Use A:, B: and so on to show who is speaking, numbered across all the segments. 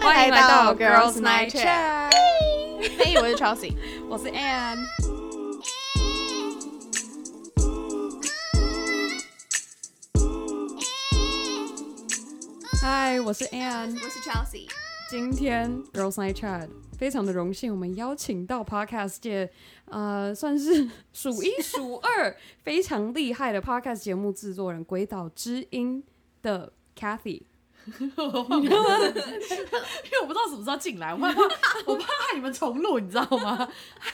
A: 欢迎来到 Girls Night
B: Chat。
A: 嘿，我是 Chelsea，
B: 我是 Anne。嗨，我是 Anne。
C: 我是 Chelsea，
B: 今天 Girls Night Chat 非常的荣幸，我们邀请到 Podcast 界呃算是 数一数 二非常厉害的 Podcast 节目制作人《鬼岛之音》的 Kathy。
D: 因为我不知道什么时候进来，我害怕，我怕你们重录，你知道吗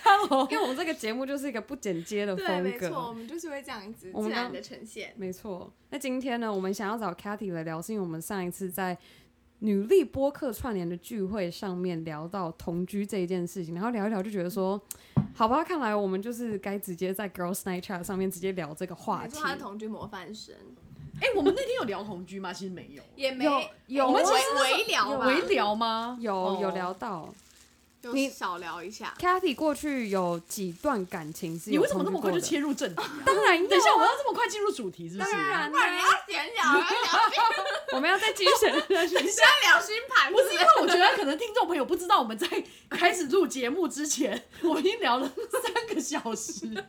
D: ？Hello，
B: 因为我们这个节目就是一个不剪接的
C: 哦对，
B: 风
C: 没错，我
B: 格。
C: 们就是会这样子
B: 我
C: 自
B: 们刚
C: 然的呈现。
B: 没错，那今天呢，我们想要找 Kathy 来聊，是因为我们上一次在女力播客串联的聚会上面聊到同居这一件事情，然后聊一聊就觉得说，好吧，看来我们就是该直接在 Girls Night Chat 上面直接聊这个话
C: 你
B: 题
C: 说。他的同居模范生
D: 哎、我们那天有聊同居吗？其实没有，
C: 也没
B: 有有
C: 我们
B: 啊
C: 微微聊吧，
D: 微聊吗？
B: 有、
D: 哦
B: 有聊，到
C: 就是少聊一下。
B: Kathy 过去有几段感情是
D: 你
B: 有
D: 为什么
B: 同
D: 那
B: 居
D: 么
B: 过
D: 快
B: 的
D: 就切入正题、啊？
B: 当然要啊，
D: 等一下，我们要这么快进入主题，是不是？
B: 当然
C: 不然你
B: 啦、
C: 要闲聊，要聊，
B: 我们要再继续深入 下去。
C: 你是要聊星盘
D: 不是因为我觉得可能听众朋友不知道，我们在开始录节目之前，我们已经聊了三个小时，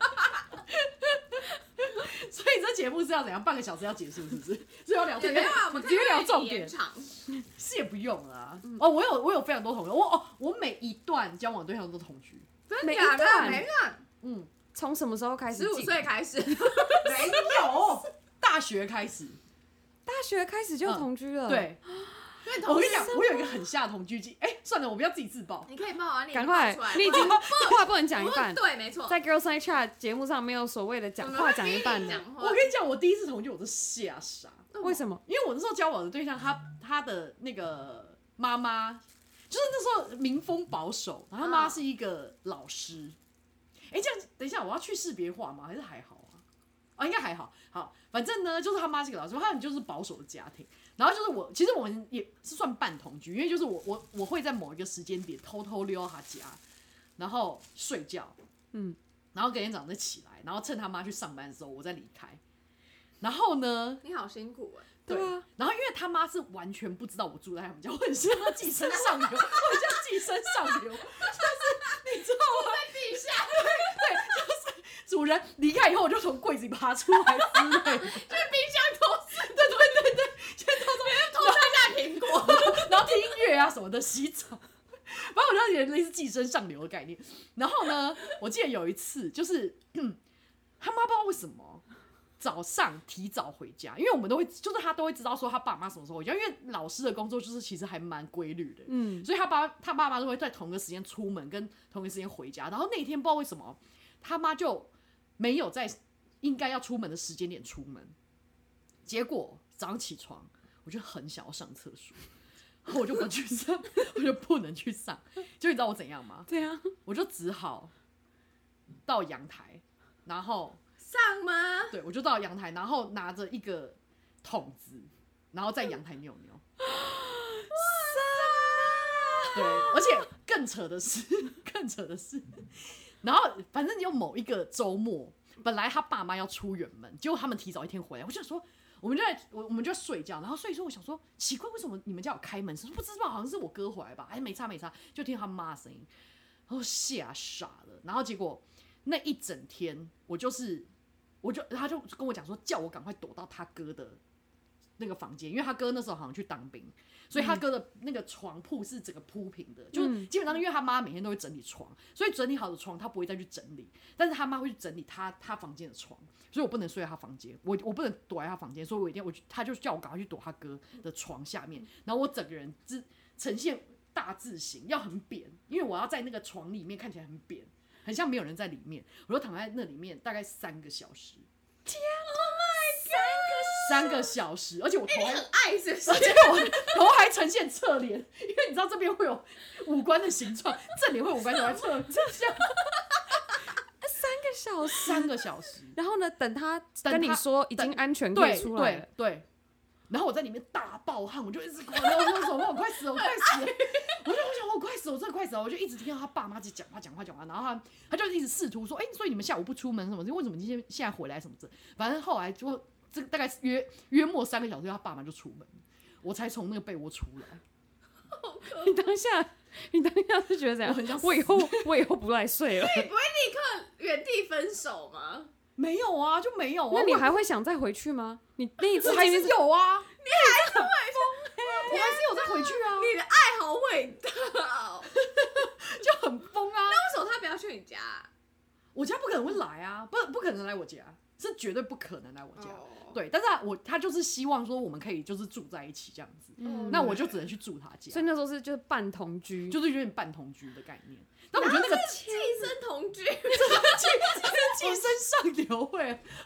D: 所以这节目是要怎样？半个小时要结束是不是？是要聊这个
C: 没有啊，我们
D: 直接聊重
C: 延
D: 点，
C: 长，
D: 是也不用啊。哦，我有我有非常多同居，我哦我每一段交往对象都同居，
C: 真
B: 每
C: 的
B: 一
C: 假的？
B: 段
C: 没段，
D: 嗯，
B: 从什么时候开始
C: 十
B: 计？
C: 五岁开始，
D: 没有，大学开始，
B: 大学开始就同居了，，
D: 嗯对，
C: 因为
D: 我
C: 同
D: 跟
C: 居
D: 你讲，我有一个很吓的同居经，哎、算了，我不要自己自爆，
C: 你可以帮我把你
B: 赶快
C: 放出来，
B: 你已经话不能讲一 半，
C: 对，没错，
B: 在 Girls Night Chat 节目上没有所谓的讲话讲一半的，
C: 啊
D: 我跟你讲，我第一次同居我都吓傻，
B: 为
C: 么
B: 什么？
D: 因为我那时候交往的对象，他他的那个妈妈，就是那时候民风保守，然后他妈
C: 嗯
D: 是一个老师。哎、这样等一下，我要去识别化吗？还是还好啊？啊，应该还好。好，反正呢，就是他妈是个老师，他们就是保守的家庭。然后就是我，其实我们也是算半同居，因为就是我我我会在某一个时间点偷偷溜到他家，然后睡觉，
B: 嗯，
D: 然后隔天早上再起来，然后趁他妈去上班的时候我再离开。然后呢，
C: 你好辛苦哎，
D: 对
B: 对啊
D: 然后因为他妈是完全不知道我住在他们家，我很像寄生上流，我很像寄生上流，就是你知道吗？
C: 陛下，
D: 主人离开以后，我就从柜子里爬出来之类的，
C: 这冰箱偷吃
D: 对对对对，全都
C: 偷上下苹果。
D: 是，然后听音乐啊什么的，洗澡，反正我就有点类似寄生上流的概念。然后呢，我记得有一次就是、嗯他妈不知道为什么。早上提早回家，因为我们都会，就是他都会知道说他爸妈什么时候回家，因为老师的工作就是其实还蛮规律的，
B: 嗯，
D: 所以他爸他爸妈都会在同一个时间出门，跟同一个时间回家。然后那一天不知道为什么，他妈就没有在应该要出门的时间点出门。结果早上起床，我就很想要上厕所，然后我就不去上， 我就不能去上。就你知道我怎样吗？
B: 对啊，
D: 我就只好到阳台，然后
C: 上吗？
D: 对我就到阳台，然后拿着一个桶子，然后在阳台扭扭。
C: 啊
D: 对，而且更扯的是，更扯的是，然后反正有某一个周末，本来他爸妈要出远门，结果他们提早一天回来，我就想说。我们就在我我们就在睡觉，然后所以说我想说奇怪，为什么你们家有开门声？不知道好像是我哥回来吧，哎没差没差，就听他妈的声音，然后吓傻了。然后结果那一整天我就是我就他就跟我讲说，叫我赶快躲到他哥的那个房间，因为他哥那时候好像去当兵，所以他哥的那个床铺是整个铺平的，就是基本上因为他妈每天都会整理床，所以整理好的床他不会再去整理，但是他妈会去整理他他房间的床，所以我不能睡在他房间，我我不能躲在他房间，所以我一定我就他就叫我赶快去躲他哥的床下面，然后我整个人是呈现大字形，要很扁，因为我要在那个床里面看起来很扁。很像没有人在里面，我就躺在那里面大概三个小时。天，Oh my god，三个小时，而且我头还，而
C: 爱是不是？
D: 且我头还呈现侧脸，因为你知道这边会有五官的形状，正脸会有五官，我还侧正向
B: 三个小时，
D: 三个小时，
B: 然后呢，等他
D: 等
B: 跟你
D: 他
B: 说已经安全可以
D: 对
B: 出来
D: 对
B: 了，
D: 对。然后我在里面大暴汗，我就一直狂流口水，我快死了，我快死了，我就我想我快死了，我真的快死了，我就一直听到他爸妈一直讲话讲话讲话，然后他他就一直试图说，哎、所以你们下午不出门什么的？为什么你现现在回来什么的？反正后来就这大概是约约莫三个小时，他爸妈就出门，我才从那个被窝出来。
B: 你当下， 你当下是觉得怎样？
D: 我很想死
B: 我以后我以后不来睡了。
C: 立刻原地分手吗？
D: 没有啊，就没有啊。
B: 那你
D: 我
B: 还会想再回去吗？你那一次
D: 我还
B: 经历
D: 是有啊，你还是会疯，我还是有再回去啊，
C: 你的爱好伟大哦，
D: 就很疯啊。
C: 为什么他不要去你家啊？
D: 我家不可能会来啊，不不可能来我家，是绝对不可能来我家。
C: 哦
D: 对，但是啊我他就是希望说我们可以就是住在一起这样子，
B: 嗯
D: 那我就只能去住他
B: 所
D: 家，
B: 以那时候是就是半同居，
D: 就是有点半同居的概念。但我觉得那个
C: 寄生同居，
D: 寄生上流会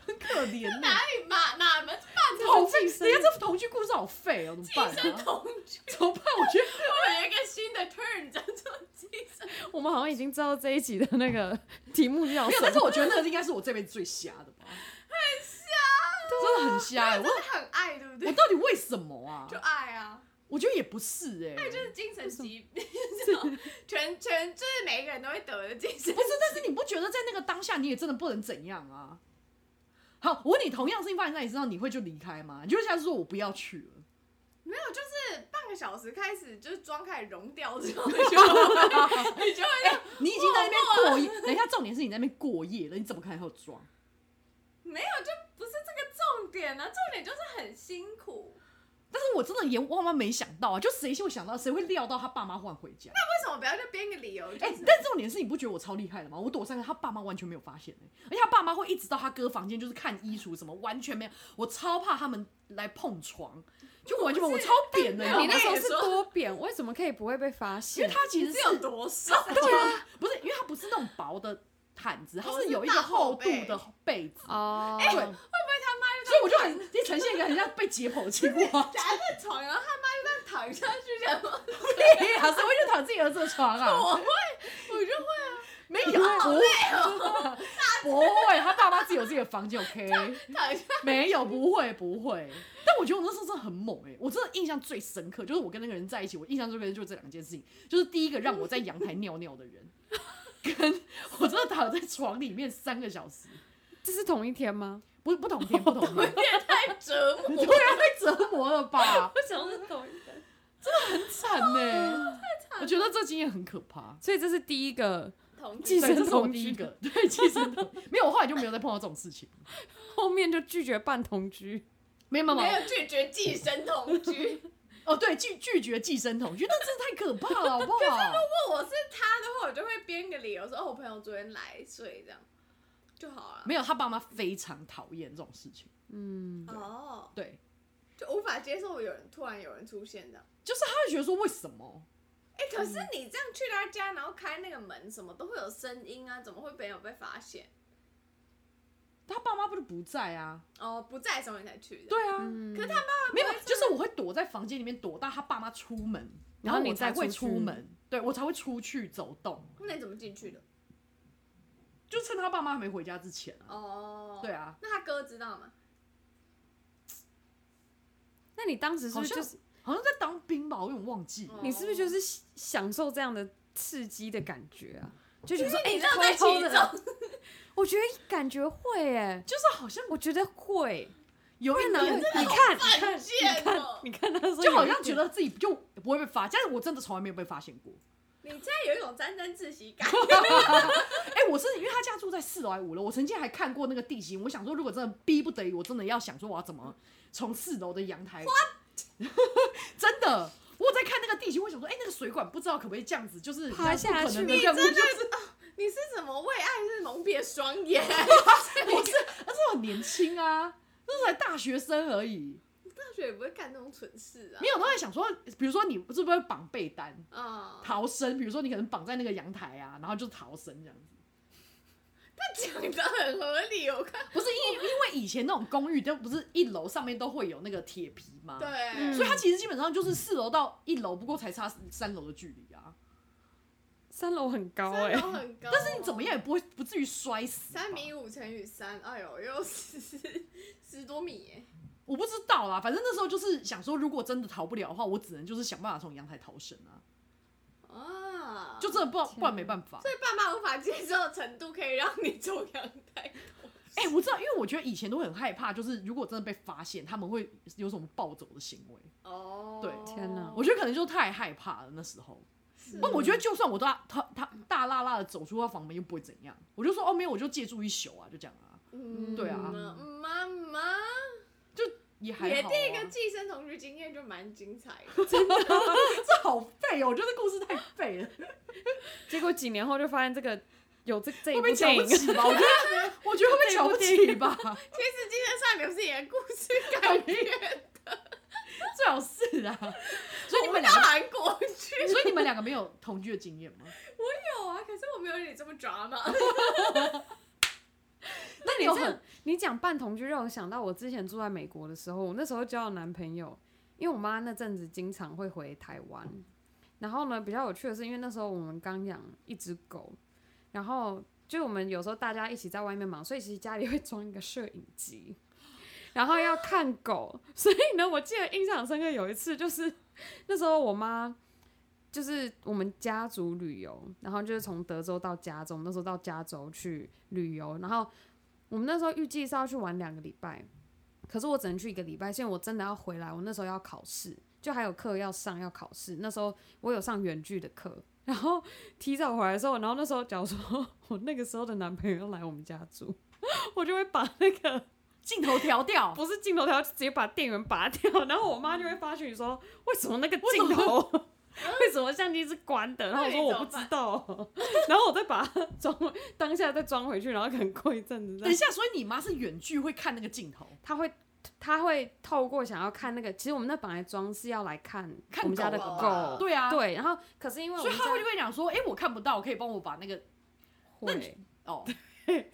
D: 很可怜呢、
C: 哪里嘛哪门半
D: 同
C: 同
D: 居，人家这同居故事好废哦，怎么
C: 寄生
D: 办、啊？
C: 同居？
D: 怎么办？我觉得
C: 我有一个新的 turn 叫做寄生。
B: 我们好像已经知道这一集的那 个题目是要
D: 没有，
B: 什
D: 但是
B: 么。
D: 我觉得那个应该是我这辈子最瞎的吧，很瞎，真的很瞎、欸。我
C: 真的很爱，对不
D: 我
C: 对？
D: 到底为什么啊？
C: 就爱啊，
D: 我觉得也不是哎、
C: 那就是精神疾 病，这种全全就是每一个人都会得的精神
D: 不。是，但是你不觉得在那个当下，你也真的不能怎样啊？好，我问你，同样事情发生在你身上，你会就离开吗？你就像是说我不要去了，
C: 没有，就是半个小时开始，就是妆开始融掉之后，你就会你就会这样
D: 你已经在那边过夜。等一下，重点是你在那边过夜了，你怎么可能还有妆？
C: 没有，就不是这个重点啊，重点就是很辛苦。
D: 但是我真的也万万没想到啊，就谁会想到，谁会料到他爸妈换回家？
C: 那为什么不要就编个理由？就
D: 哎、
C: 是
D: 但重点是你不觉得我超厉害的吗？我躲三个，他爸妈完全没有发现、欸、而且他爸妈会一直到他哥房间，就是看衣橱什么，完全没有。我超怕他们来碰床，就完全没有我超扁的，
C: 但
D: 你
B: 你
D: 知道
B: 那时候
D: 吗
C: 我也
B: 是
C: 说
B: 多扁，为什么可以不会被发
D: 因
B: 现
D: 为？他其实
C: 是
D: 是
C: 有多少？
D: 对啊，不是，因为它不是那种薄的毯子，它
C: 哦
D: 是
C: 是
D: 有一个
C: 大哎
D: 厚
C: 厚
D: 度
C: 被
D: 的被子，
B: 哦，
D: 对，所以我就很就呈现一个很像被解剖的 情况。
C: 夹在床，然后他妈就这样躺下去，然后
D: 对呀，谁会去躺自己儿子的床啊？
C: 啊 我会，我就会啊
D: 没有，不会，不会，他爸妈自己有自己的房间，OK？
C: 躺下。
D: 没有，不会，不会。但我觉得我那时候真的很猛哎、我真的印象最深刻就是我跟那个人在一起，我印象最深刻就是这两件事情，就是第一个让我在阳台尿尿的人，跟我真的躺在床里面三个小时，
B: 这是同一天吗？
D: 不不同 天，不同天。
C: 太折 磨，
D: 哦对啊，太折磨了吧，
B: 我想是同一天，
D: 惨呢、我觉得这经验很可怕。
B: 所以这是第一个，
C: 同
B: 寄
C: 居
D: 对，
B: 生
D: 这是我
B: 同
D: 第
B: 居
D: 一个， 对寄生虫，没有，我后来就没有再碰到这种事情。
B: 后面就拒绝半同居。
D: 没有没有，
C: 没
D: 没有
C: 有拒绝寄生同居。
D: 哦，对，拒拒绝寄生虫，因为那真的太 可怕了，好不好？
C: 如果我是他的话，我就会编个理由说，哦，我朋友昨天来，所以这样就好了。
D: 没有，他爸妈非常讨厌这种事情，
B: 嗯，
C: 哦，
D: 对，
C: 就无法接受有人突然有人出现这样。
D: 就是他会觉得说为什么？
C: 哎、可是你这样去他家，然后开那个门，什么都会有声音啊，怎么会没有被发现？
D: 他爸妈不是不在啊？
C: 哦，不在的时候你才去的。
D: 对啊，
C: 可是他爸
D: 没有，就是我会躲在啊房间里面躲到他爸妈出门，
B: 然
D: 然
B: 后
D: 后
B: 你
D: 我才
B: 再
D: 会
B: 出
D: 出
B: 去
D: 门，对我才会出去走动，
C: 那你怎么进去的？
D: 就趁他爸妈还没回家之前啊。
C: 哦，
D: 对。啊，
C: 那他哥知道吗？
B: 那你当时是不是
D: 好像
B: 就是
D: 好像在当兵吧，我有点忘记了。
C: 哦
B: 你是不是就是喜享受这样的刺激的感觉啊？就觉得说，哎，
C: 你知道在其
B: 偷偷的，
C: 中，
B: 我觉得感觉会哎，
D: 就是好像
B: 我觉得会。
D: 有一点，
B: 你看，你看，
C: 犯
B: 你
C: 贱
B: 看
C: 哦，
B: 你看，他说
D: 就好
B: 有
D: 像
B: 一
D: 觉
B: 点
D: 得自己就不会被发，但是我真的从来没有被发现过。
C: 你现在有一种沾沾自喜感。
D: 哎、我是因为他家住在四楼还是五楼，我曾经还看过那个地形，我想说如果真的逼不得已，我真的要想说我要怎么从四楼的阳台， 真的。我有在看那个地形，我想说，哎、那个水管不知道可不可以这样子，就是
B: 爬下
D: 不可能的
B: 去
D: 任务，就是
C: 你是什么为爱是蒙蔽了双眼？
D: 我是，那时候很年轻啊，那时候才大学生而已，
C: 大学也不会干这种蠢事啊
D: 没。有都在想说，比如说你是不是会绑被单，
C: 啊、
D: 逃生，比如说你可能绑在那个阳台啊，然后就逃生这样子。
C: 他讲的很合理，我看。
D: 不是因为因为以前那种公寓都不是一楼上面都会有那个铁皮吗？
C: 对，，嗯
D: 所以它其实基本上就是四楼到一楼，不过才差三楼的距离啊。
B: 三楼很高哎、
C: 三楼很高，
D: 但是你怎么样？也不会不至于摔死。
C: 三米，五乘以三，哎呦，又十十多米耶！
D: 我不知道啦，反正那时候就是想说，如果真的逃不了的话，我只能就是想办法从阳台逃生啊，
C: 啊，
D: 就真的不然不然没办法。
C: 所以爸妈无法接受的程度，可以让你从阳台
D: 哎、我知道，因为我觉得以前都会很害怕，就是如果真的被发现，他们会有什么暴走的行为。
C: 哦，
D: 对
B: 天哪
D: 我觉得可能就太害怕了那时候。那我觉得就算我大他他大辣辣的走出他房门又不会怎样，我就说哦没有，我就借住一宿啊，就这样啊，
C: 嗯
D: 对啊
C: 妈妈
D: 也还
C: 也
D: 好、啊。
C: 第一个寄生同居经验就蛮精彩的，
D: 这好废哦，我觉得故事太废了，
B: 结果几年后就发现这个有这这一
D: 会
B: 部
D: 被瞧
B: 电
D: 不
B: 影，
D: 起吧？我觉 得我觉得会被瞧不起吧，
C: 其实寄生上流是你的故事改 编，
D: 最好是啊。所以你们
C: 到
D: 两个，
C: 韩国去
D: 所以你们两个没有同居的经验吗？
C: 有啊，可是我没有你这么抓 嘛。
D: 那你
B: 你
D: 有
B: 这
D: 很
B: 样你讲半同居让我想到我之前住在美国的时候，我那时候交的男朋友，因为我妈那阵子经常会回台湾，然后呢比较有趣的是，因为那时候我们刚养一只狗，然后就我们有时候大家一起在外面忙，所以其实家里会装一个摄影机，然后要看狗，所以呢，我记得印象很深刻有一次就是那时候我妈。就是我们家族旅游，然后就是从德州到加州，我们那时候到加州去旅游，然后我们那时候预计是要去玩两个礼拜，可是我只能去一个礼拜，所以我真的要回来。我那时候要考试，就还有课要上，要考试。那时候我有上远距的课，然后提早回来的时候，然后那时候假如说 我那个时候的男朋友要来我们家住， 我就会把那个
D: 镜头调掉，
B: 不是镜头条，就直接把电源拔掉，然后我妈就会发讯说，为什么那个
D: 什么
B: 镜头？为什么相机是关的？然后我
C: 那
B: 说
C: 你
B: 我
C: 怎
B: 不
C: 么
B: 知道， 然后我再把它装回，当下再装回去，然后可能过一阵子再
D: 等一下，所以你妈是远距会看那个镜头，
B: 他会他会透过想要看那个，其实我们那本来装是要来看
D: 看
B: 我们家的
D: 狗
C: 啊
B: 狗，
D: 对啊，，
B: 对，然后可是因为我
D: 所以
B: 们
D: 他
B: 家
D: 会就跟你讲说，哎、我看不到，可以帮我把那个
B: 会
D: 哦，
C: 所以他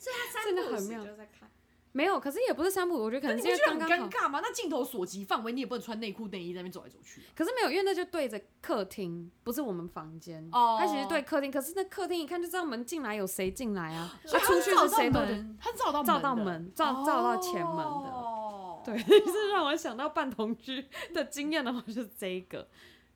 C: 三
B: 真的
C: 不
B: 很
C: 五时
B: 妙
C: 就在看，
B: 没有，可是也不是三不五，我觉得可
D: 那
B: 能
D: 你
B: 是
D: 不
B: 因为
D: 觉得
B: 刚刚
D: 很尴
B: 好，
D: 尬吗？那镜头所及范围，你也不能穿内裤内衣在那边走来走去啊、
B: 可是没有，因为那就对着客厅，不是我们房间，
D: 哦
B: 他其实对客厅，可是那客厅一看就知道门进来有谁进来啊，
D: 所
B: 他
D: 以
B: 出去是谁
D: 他
B: 都
D: 门，哦他照到
B: 照到
D: 门的，
B: 门，照照到前门 的，
D: 哦
B: 对，就是让我想到半同居的经验的话，就是这一个，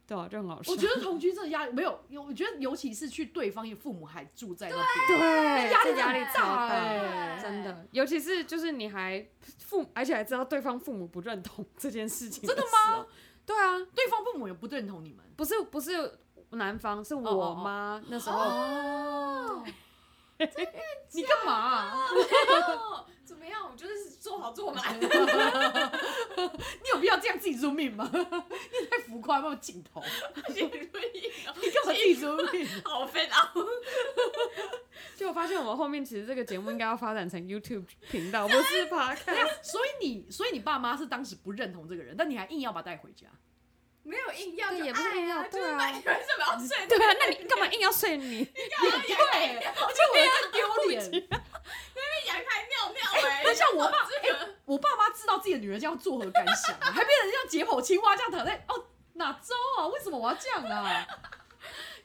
B: 对啊，就很好笑
D: 我，觉得同居这压力没有，有我觉得尤其是去对方父母还住在那边，
B: 对，
D: 压
B: 这
D: 力
B: 压
D: 很
B: 力超大。
D: 大哎。
B: 真的，尤其是就是你还父，而且还知道对方父母不认同这件事情，
D: 真的
B: 吗？对啊，
D: 对方父母也不认同你们
B: 不是不是男方，是
D: 哦哦
B: 我
D: 哦
B: 妈那时候，
D: 哦，你干嘛 啊？
C: 哦，怎么样？我就是做好做 满，
D: 你有必要这样自己 zoom in 吗？ 你太浮夸，有没有镜头？你干嘛自己 zoom in？
C: 好烦啊！
B: 就我发现我们后面其实这个节目应该要发展成 YouTube 频道，不是 Podcast。
D: 所以你，所以你爸妈是当时不认同这个人，但你还硬要把他带回家。
C: 没有硬要
B: 对
C: 就
B: 也不是硬
C: 爱
B: 要
C: 啊，就
B: 对
C: 是
B: 啊
C: 把你为什么要 睡？
B: 对啊，那你干嘛硬要睡 你？
D: 对，而且我
B: 啊
D: 也在丢脸。
C: 阳台尿尿 哎，
D: 等一下，我爸，哎、我爸妈知道自己的女儿这样作何感想、啊？ 还变成像解剖青蛙这样躺在哦哪周啊？为什么我要这样啊？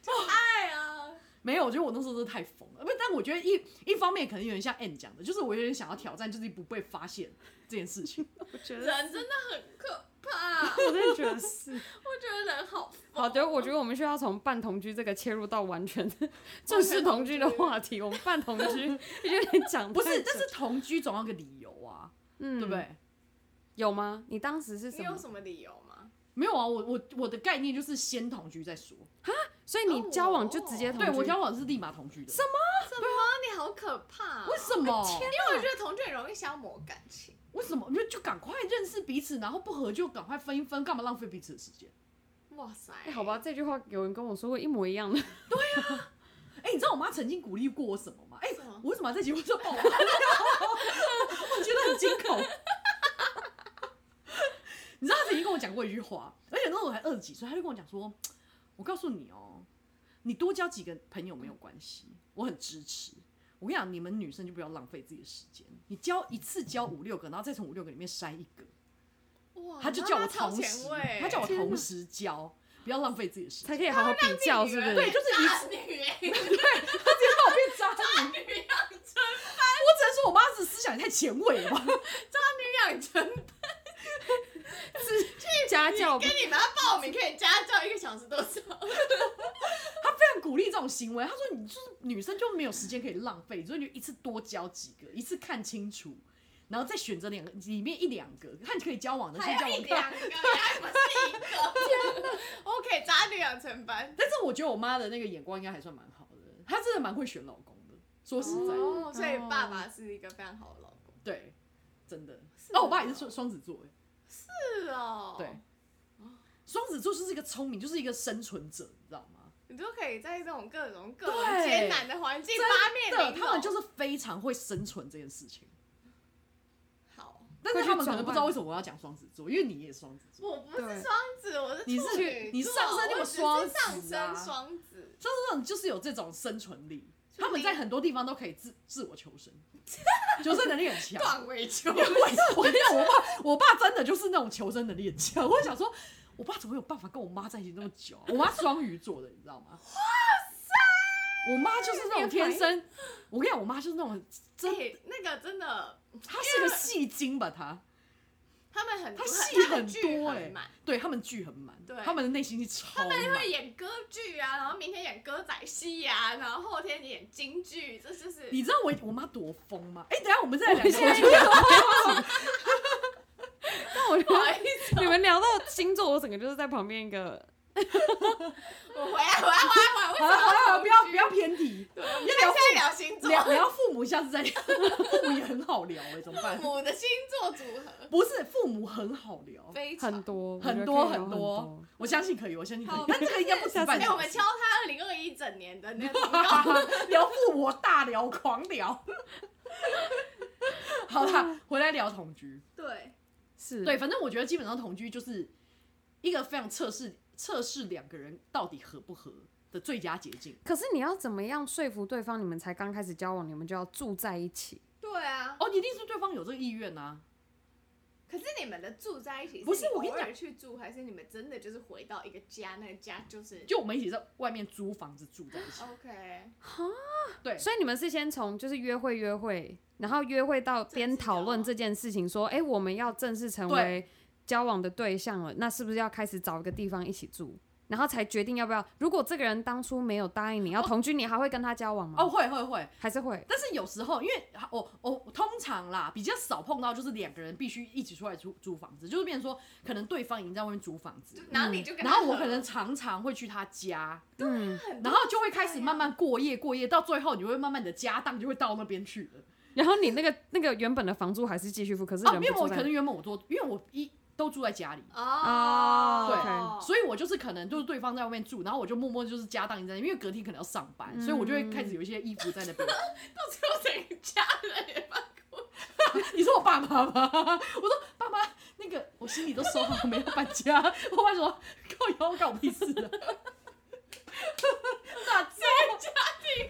C: 爱啊，
D: 没有，我觉得我那时候真的太疯了。不，但我觉得一一方面可能有点像 N 讲的，就是我有点想要挑战，就是不被发现这件事情。
B: 我觉得，
C: 人真的很可怕，
B: 我真的觉得是。
C: 我觉得人好疯
B: 好的，我觉得我们需要从半同居这个切入到完全 正式同居的话题。我们半同居 有点讲
D: 不
B: 太久
D: 是，但是同居总要有个理由啊，
B: 嗯，
D: 对不？对？
B: 有吗？你当时是什
C: 你
B: 么
C: 有？什么理由吗？
D: 没有啊，我我我的概念就是先同居再说。
B: 所以你哦交往就直接同居？
D: 对我交往是立马同居的，什么？
B: 啊
C: 什么？你好可怕哦！
D: 为什么？
C: 因为我觉得同居很容易消磨感情。
D: 为什么？因为就赶快认识彼此，然后不合就赶快分一分，干嘛浪费彼此的时间？
C: 哇塞
B: 哎、，好吧，，这句话有人跟我说过一模一样的，
D: 哎、你知道我妈曾经鼓励过我什么吗？哎、
C: 什么
D: 我为什么要在节目说哦？ 我觉得很惊恐。 你知道她曾经跟我讲过一句话，而且那时候我才二十几岁，她就跟我讲说：“我告诉你哦，你多交几个朋友没有关系，我很支持。我跟你讲，你们女生就不要浪费自己的时间，你交一次交五六个，然后再从五六个里面筛一个。”
C: 哇，
D: 他就叫我
C: 妈妈哦超
D: 同
C: 前
D: 时
C: 卫，，
D: 他叫我
B: 天哪
D: 同时教，不要浪费自己的时
B: 才可
D: 间。
B: 以好好比较，是不是？
D: 对，就是一次，
C: 大女 人，
D: 他直接让我变渣女。
C: 女养成，
D: 我只能说我妈是思想也太前卫了吧？
C: 女养成
B: 家教
C: 跟你们要报名可以家教一个小时多少？
D: 她非常鼓励这种行为。他说你就是女生就没有时间可以浪费，所以你就一次多交几个，一次看清楚，然后再选择两个里面一两个，看你可以交往的
C: 还
D: 先交
C: 要
D: 往
C: 一
D: 看。
C: 两个，还不是一个？ 天哪！OK，渣女养成班。
D: 但是我觉得我妈的那个眼光应该还算蛮好的，她真的蛮会选老公的。说实在的，
C: 哦，所以爸爸是一个非常好的老公。
D: 对，真的。
C: 哦
D: 那我爸也是双双子座，哎
C: 是哦，
D: 对，，双子座就是一个聪明，就是一个生存者，你知道吗？
C: 你都可以在这种各种各
D: 对
C: 种艰难的环境八面
D: 对，
C: 玲珑。
D: 他们就是非常会生存这件事情。
C: 好，
D: 但是他
B: 会去
D: 们可
B: 转
D: 能不知道为什么我要讲双子座，因为你也是双子座。
C: 我不是
B: 对
C: 双子，我是
D: 你是
C: 处女座
D: 你上升就有
C: 我只是
D: 双子啊
C: 上升双子，
D: 双子座就是有这种生存力，
C: 所以
D: 他们在很多地方都可以自自我求生，求生能力很强。
C: 断尾求
D: 我 我跟你讲，我爸我爸真的就是那种求生能力很强。我想说，我爸怎么有办法跟我妈在一起那么久啊、我妈双鱼座的，你知道吗？哇塞！我妈就是那种天生，我跟你讲，我妈就是那种真，
C: 对，那个真的，
D: 她是个戏精吧？她
C: 他们很
D: 她
C: 很
D: 戏
C: 他们剧
D: 多哎、Oh
C: 很满
D: 对他们剧很满，
C: 对
D: 他们的内心戏超满。
C: 会演歌剧啊，然后明天演歌仔戏啊，然后后天演京剧，这就是
D: 你知道我我妈多疯吗？哎、等一下我们再来聊
B: 现在
D: 这个。
B: 但我觉
C: 不好意
B: 得
C: 思，
B: 你们聊到星座，我整个就是在旁边一个
C: 我回来回来回来回来，为
D: 好
C: 什
D: 了
C: 么
D: 好了， 不要不要偏题，
C: 对？我们现在聊星座，
D: 聊聊父母，下次再聊。 父母也很好聊哎、怎么办
C: 父？母的星座组合
D: 不是父母很好聊，
C: 非常
B: 啊很。多
D: 很多很多，，我相信可以，我相信可以
C: 好。
D: 但这个应该不止半
C: 哎，我
D: 小
C: 们
D: 时
C: 敲。他二零二一整年的那种，
D: 聊父母大聊狂聊。 好啦，回来聊同居。
C: 对，
B: 是
D: 对，反正我觉得基本上同居就是一个非常测试测试两个人到底合不合的最佳捷径。
B: 可是你要怎么样说服对方？你们才刚开始交往，你们就要住在一起？
C: 对啊。
D: 哦，一定是对方有这个意愿啊。
C: 可是你们的住在一起，
D: 不是
C: 你
D: 我跟你
C: 偶尔
D: 讲
C: 去住，还是你们真的就是回到一个家，那个家就是
D: 就我们一起在外面租房子住在一起。
C: 哦 OK，
D: 对，
B: 所以你们是先从就是约会约会，然后约会到边讨论这件事情，说，哎、我们要正式成为交往的对象了，那是不是要开始找一个地方一起住？然后才决定要不要。如果这个人当初没有答应你要同居，你还会跟他交往吗？
D: 哦，，会会会。
B: 还是会。
D: 但是有时候，因为我我、通常啦，比较少碰到就是两个人必须一起出来租租房子，就是变成说，可能对方已经在外面租房子
C: 就
D: 了，
C: 然后你就跟
D: 然
C: 他
D: 后我
C: 合
D: 可能常常会去他家，
B: 嗯，
C: 很
D: 然后就会开始慢慢过夜过夜，到最后你会慢慢你的家当就会到那边去了。
B: 然后你那个那个原本的房租还是继续付，可是
D: 哦，
B: 人
D: 因
B: 不
D: 为
B: 住
D: 我可
B: 在
D: 能
B: 那。
D: 原本我都因为我一都住在家里。
C: 哦，
D: 所以我就是可能就是对方在外面住，然后我就默默就是家当一在那边，因为隔天可能要上班，所以我就会开始有一些衣服在那边。
C: 到最后整个家人也把
D: 你说我爸妈吗？我说爸妈，那个我行李都收好，没有搬家。 我爸说靠腰搞屁 事啊！哪知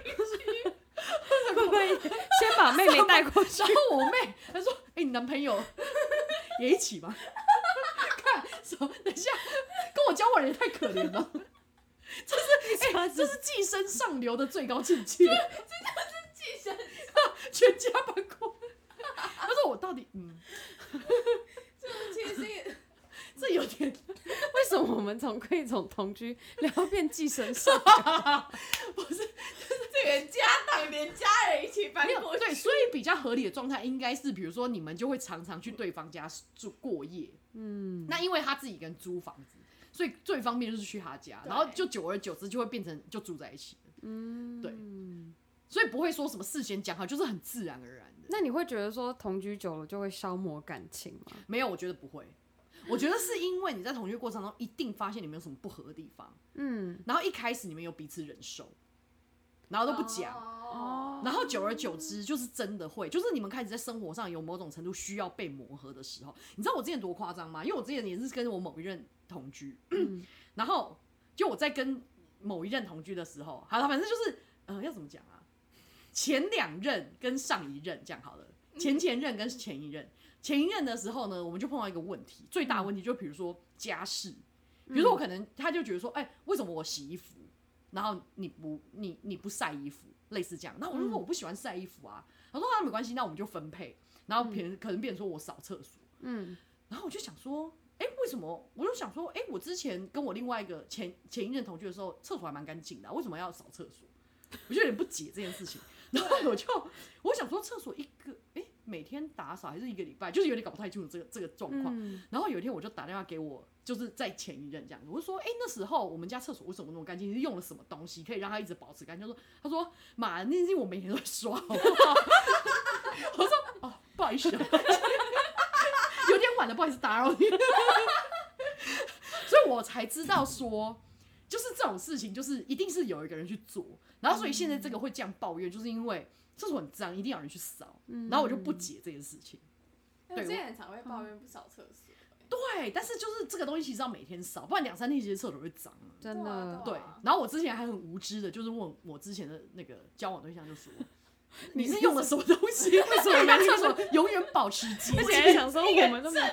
B: 会不会先把妹妹带过去
D: 道？然后我妹她说：“哎、你男朋友也一起吗？”看什么？等一下，跟我交往的人也太可怜了。 这是哎、这是寄生上流的最高境界，
C: 寄生，
D: 全家搬过。他说我到底嗯，
C: 其实
D: 这有点
B: 为什么我们从可以从同居聊到变寄生 上？
C: 这个家当连家人一起搬
D: 没有
C: 过去，
D: 对，所以比较合理的状态应该是，比如说你们就会常常去对方家住过夜。嗯，那因为他自己跟租房子，所以最方便就是去他家，
C: 对
D: 然后就久而久之就会变成就住在一起了。嗯，对，所以不会说什么事先讲好，就是很自然而然的。
B: 那你会觉得说同居久了就会消磨感情吗？
D: 没有，我觉得不会。我觉得是因为你在同居过程中一定发现你们有什么不合的地方，
B: 嗯，
D: 然后一开始你们有彼此忍受，然后都不讲，
C: 哦，
D: 然后久而久之，就是真的会，就是你们开始在生活上有某种程度需要被磨合的时候，你知道我之前多夸张吗？因为我之前也是跟我某一任同居， 然后就我在跟某一任同居的时候，好了，反正就是呃，要怎么讲啊？前两任跟上一任这样好了，前前任跟前一任，前一任的时候呢，我们就碰到一个问题，最大的问题就比如说家事，比如说我可能他就觉得说，哎、为什么我洗衣服，然后你不你你不晒衣服，类似这样，那我就说我不喜欢晒衣服啊，他说那没关系，那我们就分配，然后别人可能变成说我扫厕所，
B: 嗯，
D: 然后我就想说，哎、为为什么？我就想说，哎、我之前跟我另外一个前前一任同居的时候，厕所还蛮干净的啊、为什么要扫厕所？我就有点不解这件事情。然后我就我想说，厕所一个哎、每天打扫还是一个礼拜，就是有点搞不太清楚这个这个状况。
B: 嗯
D: 然后有一天我就打电话给我，就是在前一任这样子，我就说，哎、那时候我们家厕所为什么那么干净？是用了什么东西可以让它一直保持干净？他说，他说，妈，那是因为我每天都在刷，好不好？ 我说，哦，不好意思， 有点晚了，不好意思打扰你。 所以我才知道说，就是这种事情，就是一定是有一个人去做，然后所以现在这个会这样抱怨，就是因为厕所很脏，一定要有人去扫，
B: 嗯
D: 然后我就不解这件事情。
C: 我之前很常会抱怨不扫厕所，
D: 对，但是就是这个东西其实要每天扫，不然两三天其实厕所会脏了。
B: 真
C: 对啊
B: 的，
D: 对
C: 哇，
D: 然后我之前还很无知的，就是问我之前的那个交往对象，就说
B: 你
D: 你是
B: 是
D: 用了什么东西，为什么 你的厕所永远保持洁
B: 而且还
D: 净？
B: 想说我们都没有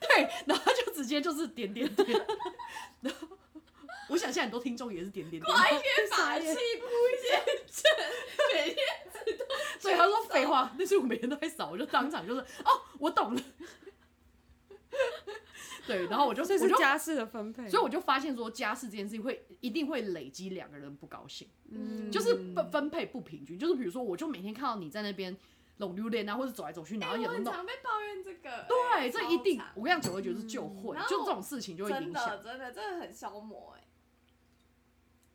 D: 对，然后他就直接就是点点点。然后我想现在很多听众也是点点点，
C: 快一点把气不见正，每天
D: 所以他说废话，那是我每天都在扫，我就当场就是哦，我懂了。 对，然后我就
B: 这
D: 我
B: 是
D: 就
B: 家事的分配，
D: 所以我就发现说，家事这件事情会一定会累积两个人不高兴，
B: 嗯
D: 就是分分配不平均。就是比如说，我就每天看到你在那边拢溜连啊，或者走来走去，然后
C: 哎我
D: 有
C: 很
D: 弄，
C: 常被抱怨这个，哎
D: 对，这一定
C: 超，常
D: 我跟你讲，久而久之就会
C: 然，后
D: 就这种事情就会
C: 真
D: 影响
C: 的。真的真的很消磨哎，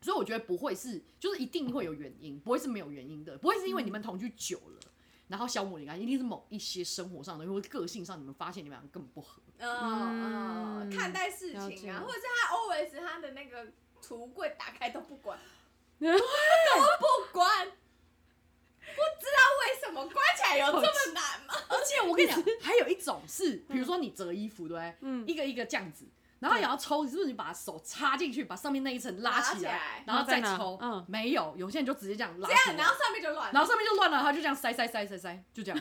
D: 所以我觉得不会是，就是一定会有原因，不会是没有原因的，不会是因为你们同居久了。然后消磨你感情，一定是某一些生活上的或者个性上，你们发现你们俩根本不合。
C: 嗯嗯，看待事
B: 了
C: 情
B: 解
C: 啊，或者是他 always 他的那个橱柜打开都不 管，不管，不知道为什么关起来有这么难吗？
D: 而且我跟你讲，还有一种是，比如说你折衣服，对不对？
B: 嗯
D: 一个一个这样子，然后也要抽，是不是你把手插进去，把上面那一层拉
C: 拉
D: 起
C: 起
D: 来
C: 来，
D: 然后再
B: 然后再拿
D: 抽？
B: 嗯
D: 没有，有些人就直接这样拉
C: 这
D: 起
C: 样，
D: 来
C: 然，后上面就乱了，
D: 然后上面就乱了，他就这样塞塞塞塞塞，就这样，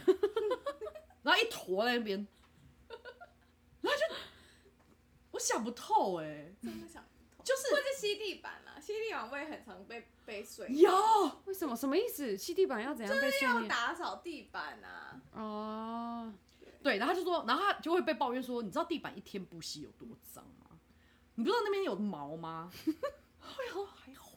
D: 然后一坨在那边，然后就我想不透哎、
C: 真的想不通，
D: 就是
C: 或者吸地板啊，吸地板我也很常被被碎，
D: 有
B: 为什么什么意思？吸地板要怎样被训
C: 要
B: 练？
C: 打扫地板啊，
B: 哦，
D: 对，然后他就说，然后他就会被抱怨说，你知道地板一天不洗有多脏吗？你不知道那边有毛吗？哎呀，还好，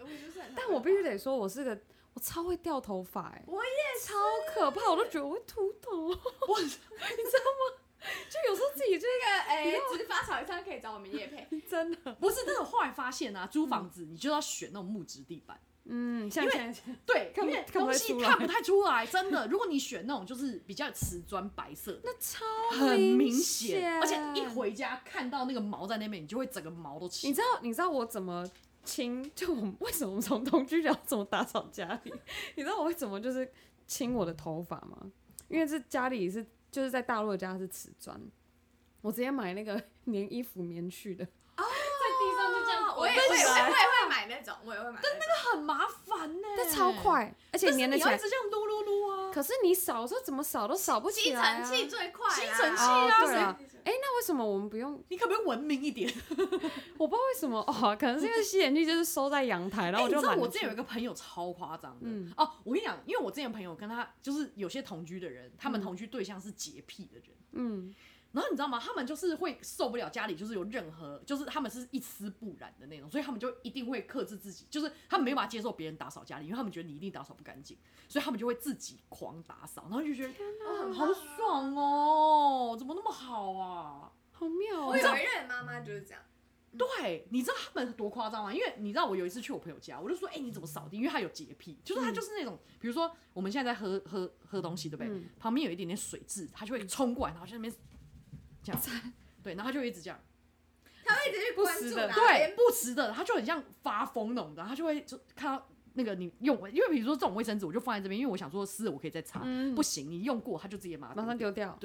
C: 我就是很常被，
B: 但我必须得说，我是个我超会掉头发哎、
C: 我也
B: 超可怕，我都觉得我会秃头， 我你知道吗？就有时候自己就
C: 那个哎，直发厂商可以找我们叶配，
B: 是真的，
D: 不是，但是我后来发现啊，租房子你就要选那种木质地板。
B: 嗯，像
D: 因为
B: 现在
D: 对，
B: 看
D: 因
B: 不
D: 为
B: 看不
D: 东
B: 太
D: 西
B: 出
D: 看
B: 来
D: 不太出来，真的。如果你选那种就是比较瓷砖白色的，
B: 那超
D: 很明
B: 显，
D: 而且一回家看到那个毛在那边，你就会整个毛都起。
B: 你知道你知道我怎么清？ 就我们为什么从同居聊怎么打扫家里？你知道我会怎么就是清我的头发吗？因为这家里是就是在大陆的家是瓷砖，我直接买那个粘衣服棉絮的，
D: 地上就这
C: 啊我也我也我也我也会买那种，我也会买那种，
D: 很麻烦呢、
B: 但超，快，而且
D: 但是
B: 粘得
D: 你
B: 起
D: 要
B: 来
D: 一。直这样撸撸撸啊。
B: 可是你扫的时候怎么扫都扫不
C: 吸
B: 起来、
C: 尘
B: 啊。
C: 器最快啊，
D: 吸尘器
B: 哦
D: 啊，
B: 对啊
D: 谁
B: 哎、那为什么我们不用？
D: 你可不可以文明一点？
B: 我不知道为什么哦，可能是因为吸尘器就是收在阳 台，然后
D: 哎
B: 我就
D: 你知道
B: 懒
D: 我
B: 得去。
D: 之前有一个朋友超夸张的、
B: 嗯
D: 哦，我跟你讲，因为我之前朋友跟他就是有些同居的人，他们
B: 嗯
D: 同居对象是洁癖的人。
B: 嗯，
D: 然后你知道吗？他们就是会受不了家里就是有任何，就是他们是一丝不染的那种，所以他们就一定会克制自己，就是他们没有办法接受别人打扫家里，因为他们觉得你一定打扫不干净，所以他们就会自己狂打扫，然后就觉得
C: 我很
D: 好爽哦，怎么那么好啊？
B: 好妙
C: 我
B: 哦、
C: 有一任妈妈就是这样，
D: 对，你知道他们多夸张吗？因为你知道我有一次去我朋友家，我就说，哎、你怎么扫地？因为他有洁癖，就是他就是那种，比如说我们现在在喝喝喝东西，对不对？
B: 嗯
D: 旁边有一点点水渍，他就会冲过来，然后就在那边这样，对，然后他就一直这样。
C: 她会一直去关
B: 不时
C: 注
B: 地
C: 哪
D: 对，
C: 边
D: 不时的，他就很像发疯那种的，他就会就看到那个你用，因为比如说这种卫生纸，我就放在这边，因为我想说湿了我可以再擦，
B: 嗯
D: 不行，你用过他就直接马
B: 马上
D: 丢，
B: 丢掉。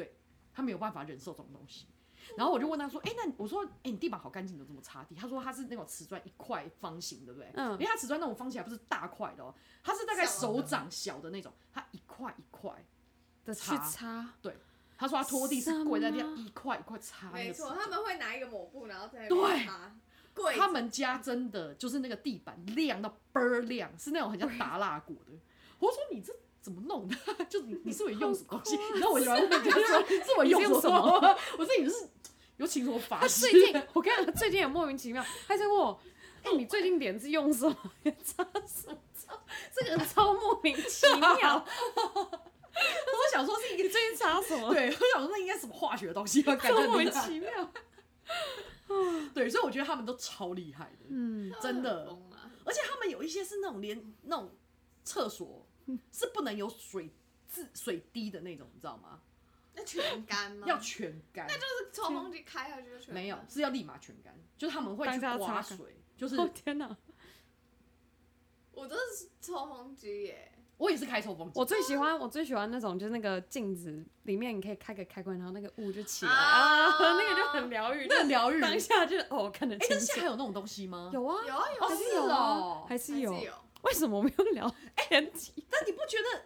D: 他没有办法忍受这种东西。然后我就问他说：“哎、那我说，哎、你地板好干净，你怎么这么擦地？”他说：“他是那种瓷砖一块方形，对不对？
B: 嗯
D: 因为他瓷砖那种方形还不是大块的哦，它是大概
C: 小的
D: 手掌小的那种，它一块一块。
B: 的
D: 擦
B: 去擦，
D: 他说他拖地是跪在地
B: 什
D: 上
B: 么
D: 一块一块擦那
C: 没
D: 个瓷
C: 错，
D: 砖。
C: 他们会拿一个抹布，然后在那
D: 对
C: 边擦。跪着
D: 他们家真的就是那个地板亮到倍儿亮，是那种很像打蜡过的。我说你这怎么弄的？ 就你你是我用什么东西？你知道我喜欢问就是说是我用什么？我说你是有请什么法
B: 他
D: 师？
B: 啊最近，我跟你讲，他最近也莫名其妙，他在问我，哎、你最近脸是用什么？擦什么？这个人超莫名其妙。
D: 我想说是一
B: 你
D: 个
B: 最近擦什么？
D: 对， 我想说那应该是什么化学的东西吧，感
B: 超
D: 觉
B: 莫
D: 很
B: 名其妙。
D: 对，所以我觉得他们都超厉害的，
B: 嗯，
D: 真的
C: 疯啊吗？
D: 而且他们有一些是那种连那种 厕所是不能有水渍水滴的那种，你知道吗？
C: 那全干
B: 嗯
C: 吗？
D: 要全干，那就
C: 就是从风机开下去就全干
D: 没有，是要立马全干，就是他们会去
B: 当下
D: 刮
B: 擦干
D: 水，就是
B: 哦天哪，
C: 我都是抽风机耶，
D: 我也是开抽风机
B: 我，最喜欢我最喜欢那种，就是那个镜子里面你可以开个开关，然后那个雾就起来
C: 啊
B: 啊，那个就很疗愈，
D: 那很疗
B: 就
D: 愈。
B: 当
D: 哎，
B: 下就是哦看得
D: 但
B: 清
D: 是现
B: 楚。
D: 在还有那种东西吗？
B: 有啊，
C: 有啊有啊，
B: 还
D: 是
B: 是
D: 有
B: 有啊，
D: 哦
B: 还
C: 还
B: 是有。哎为什么我们要聊 天体？
D: 但你不觉得？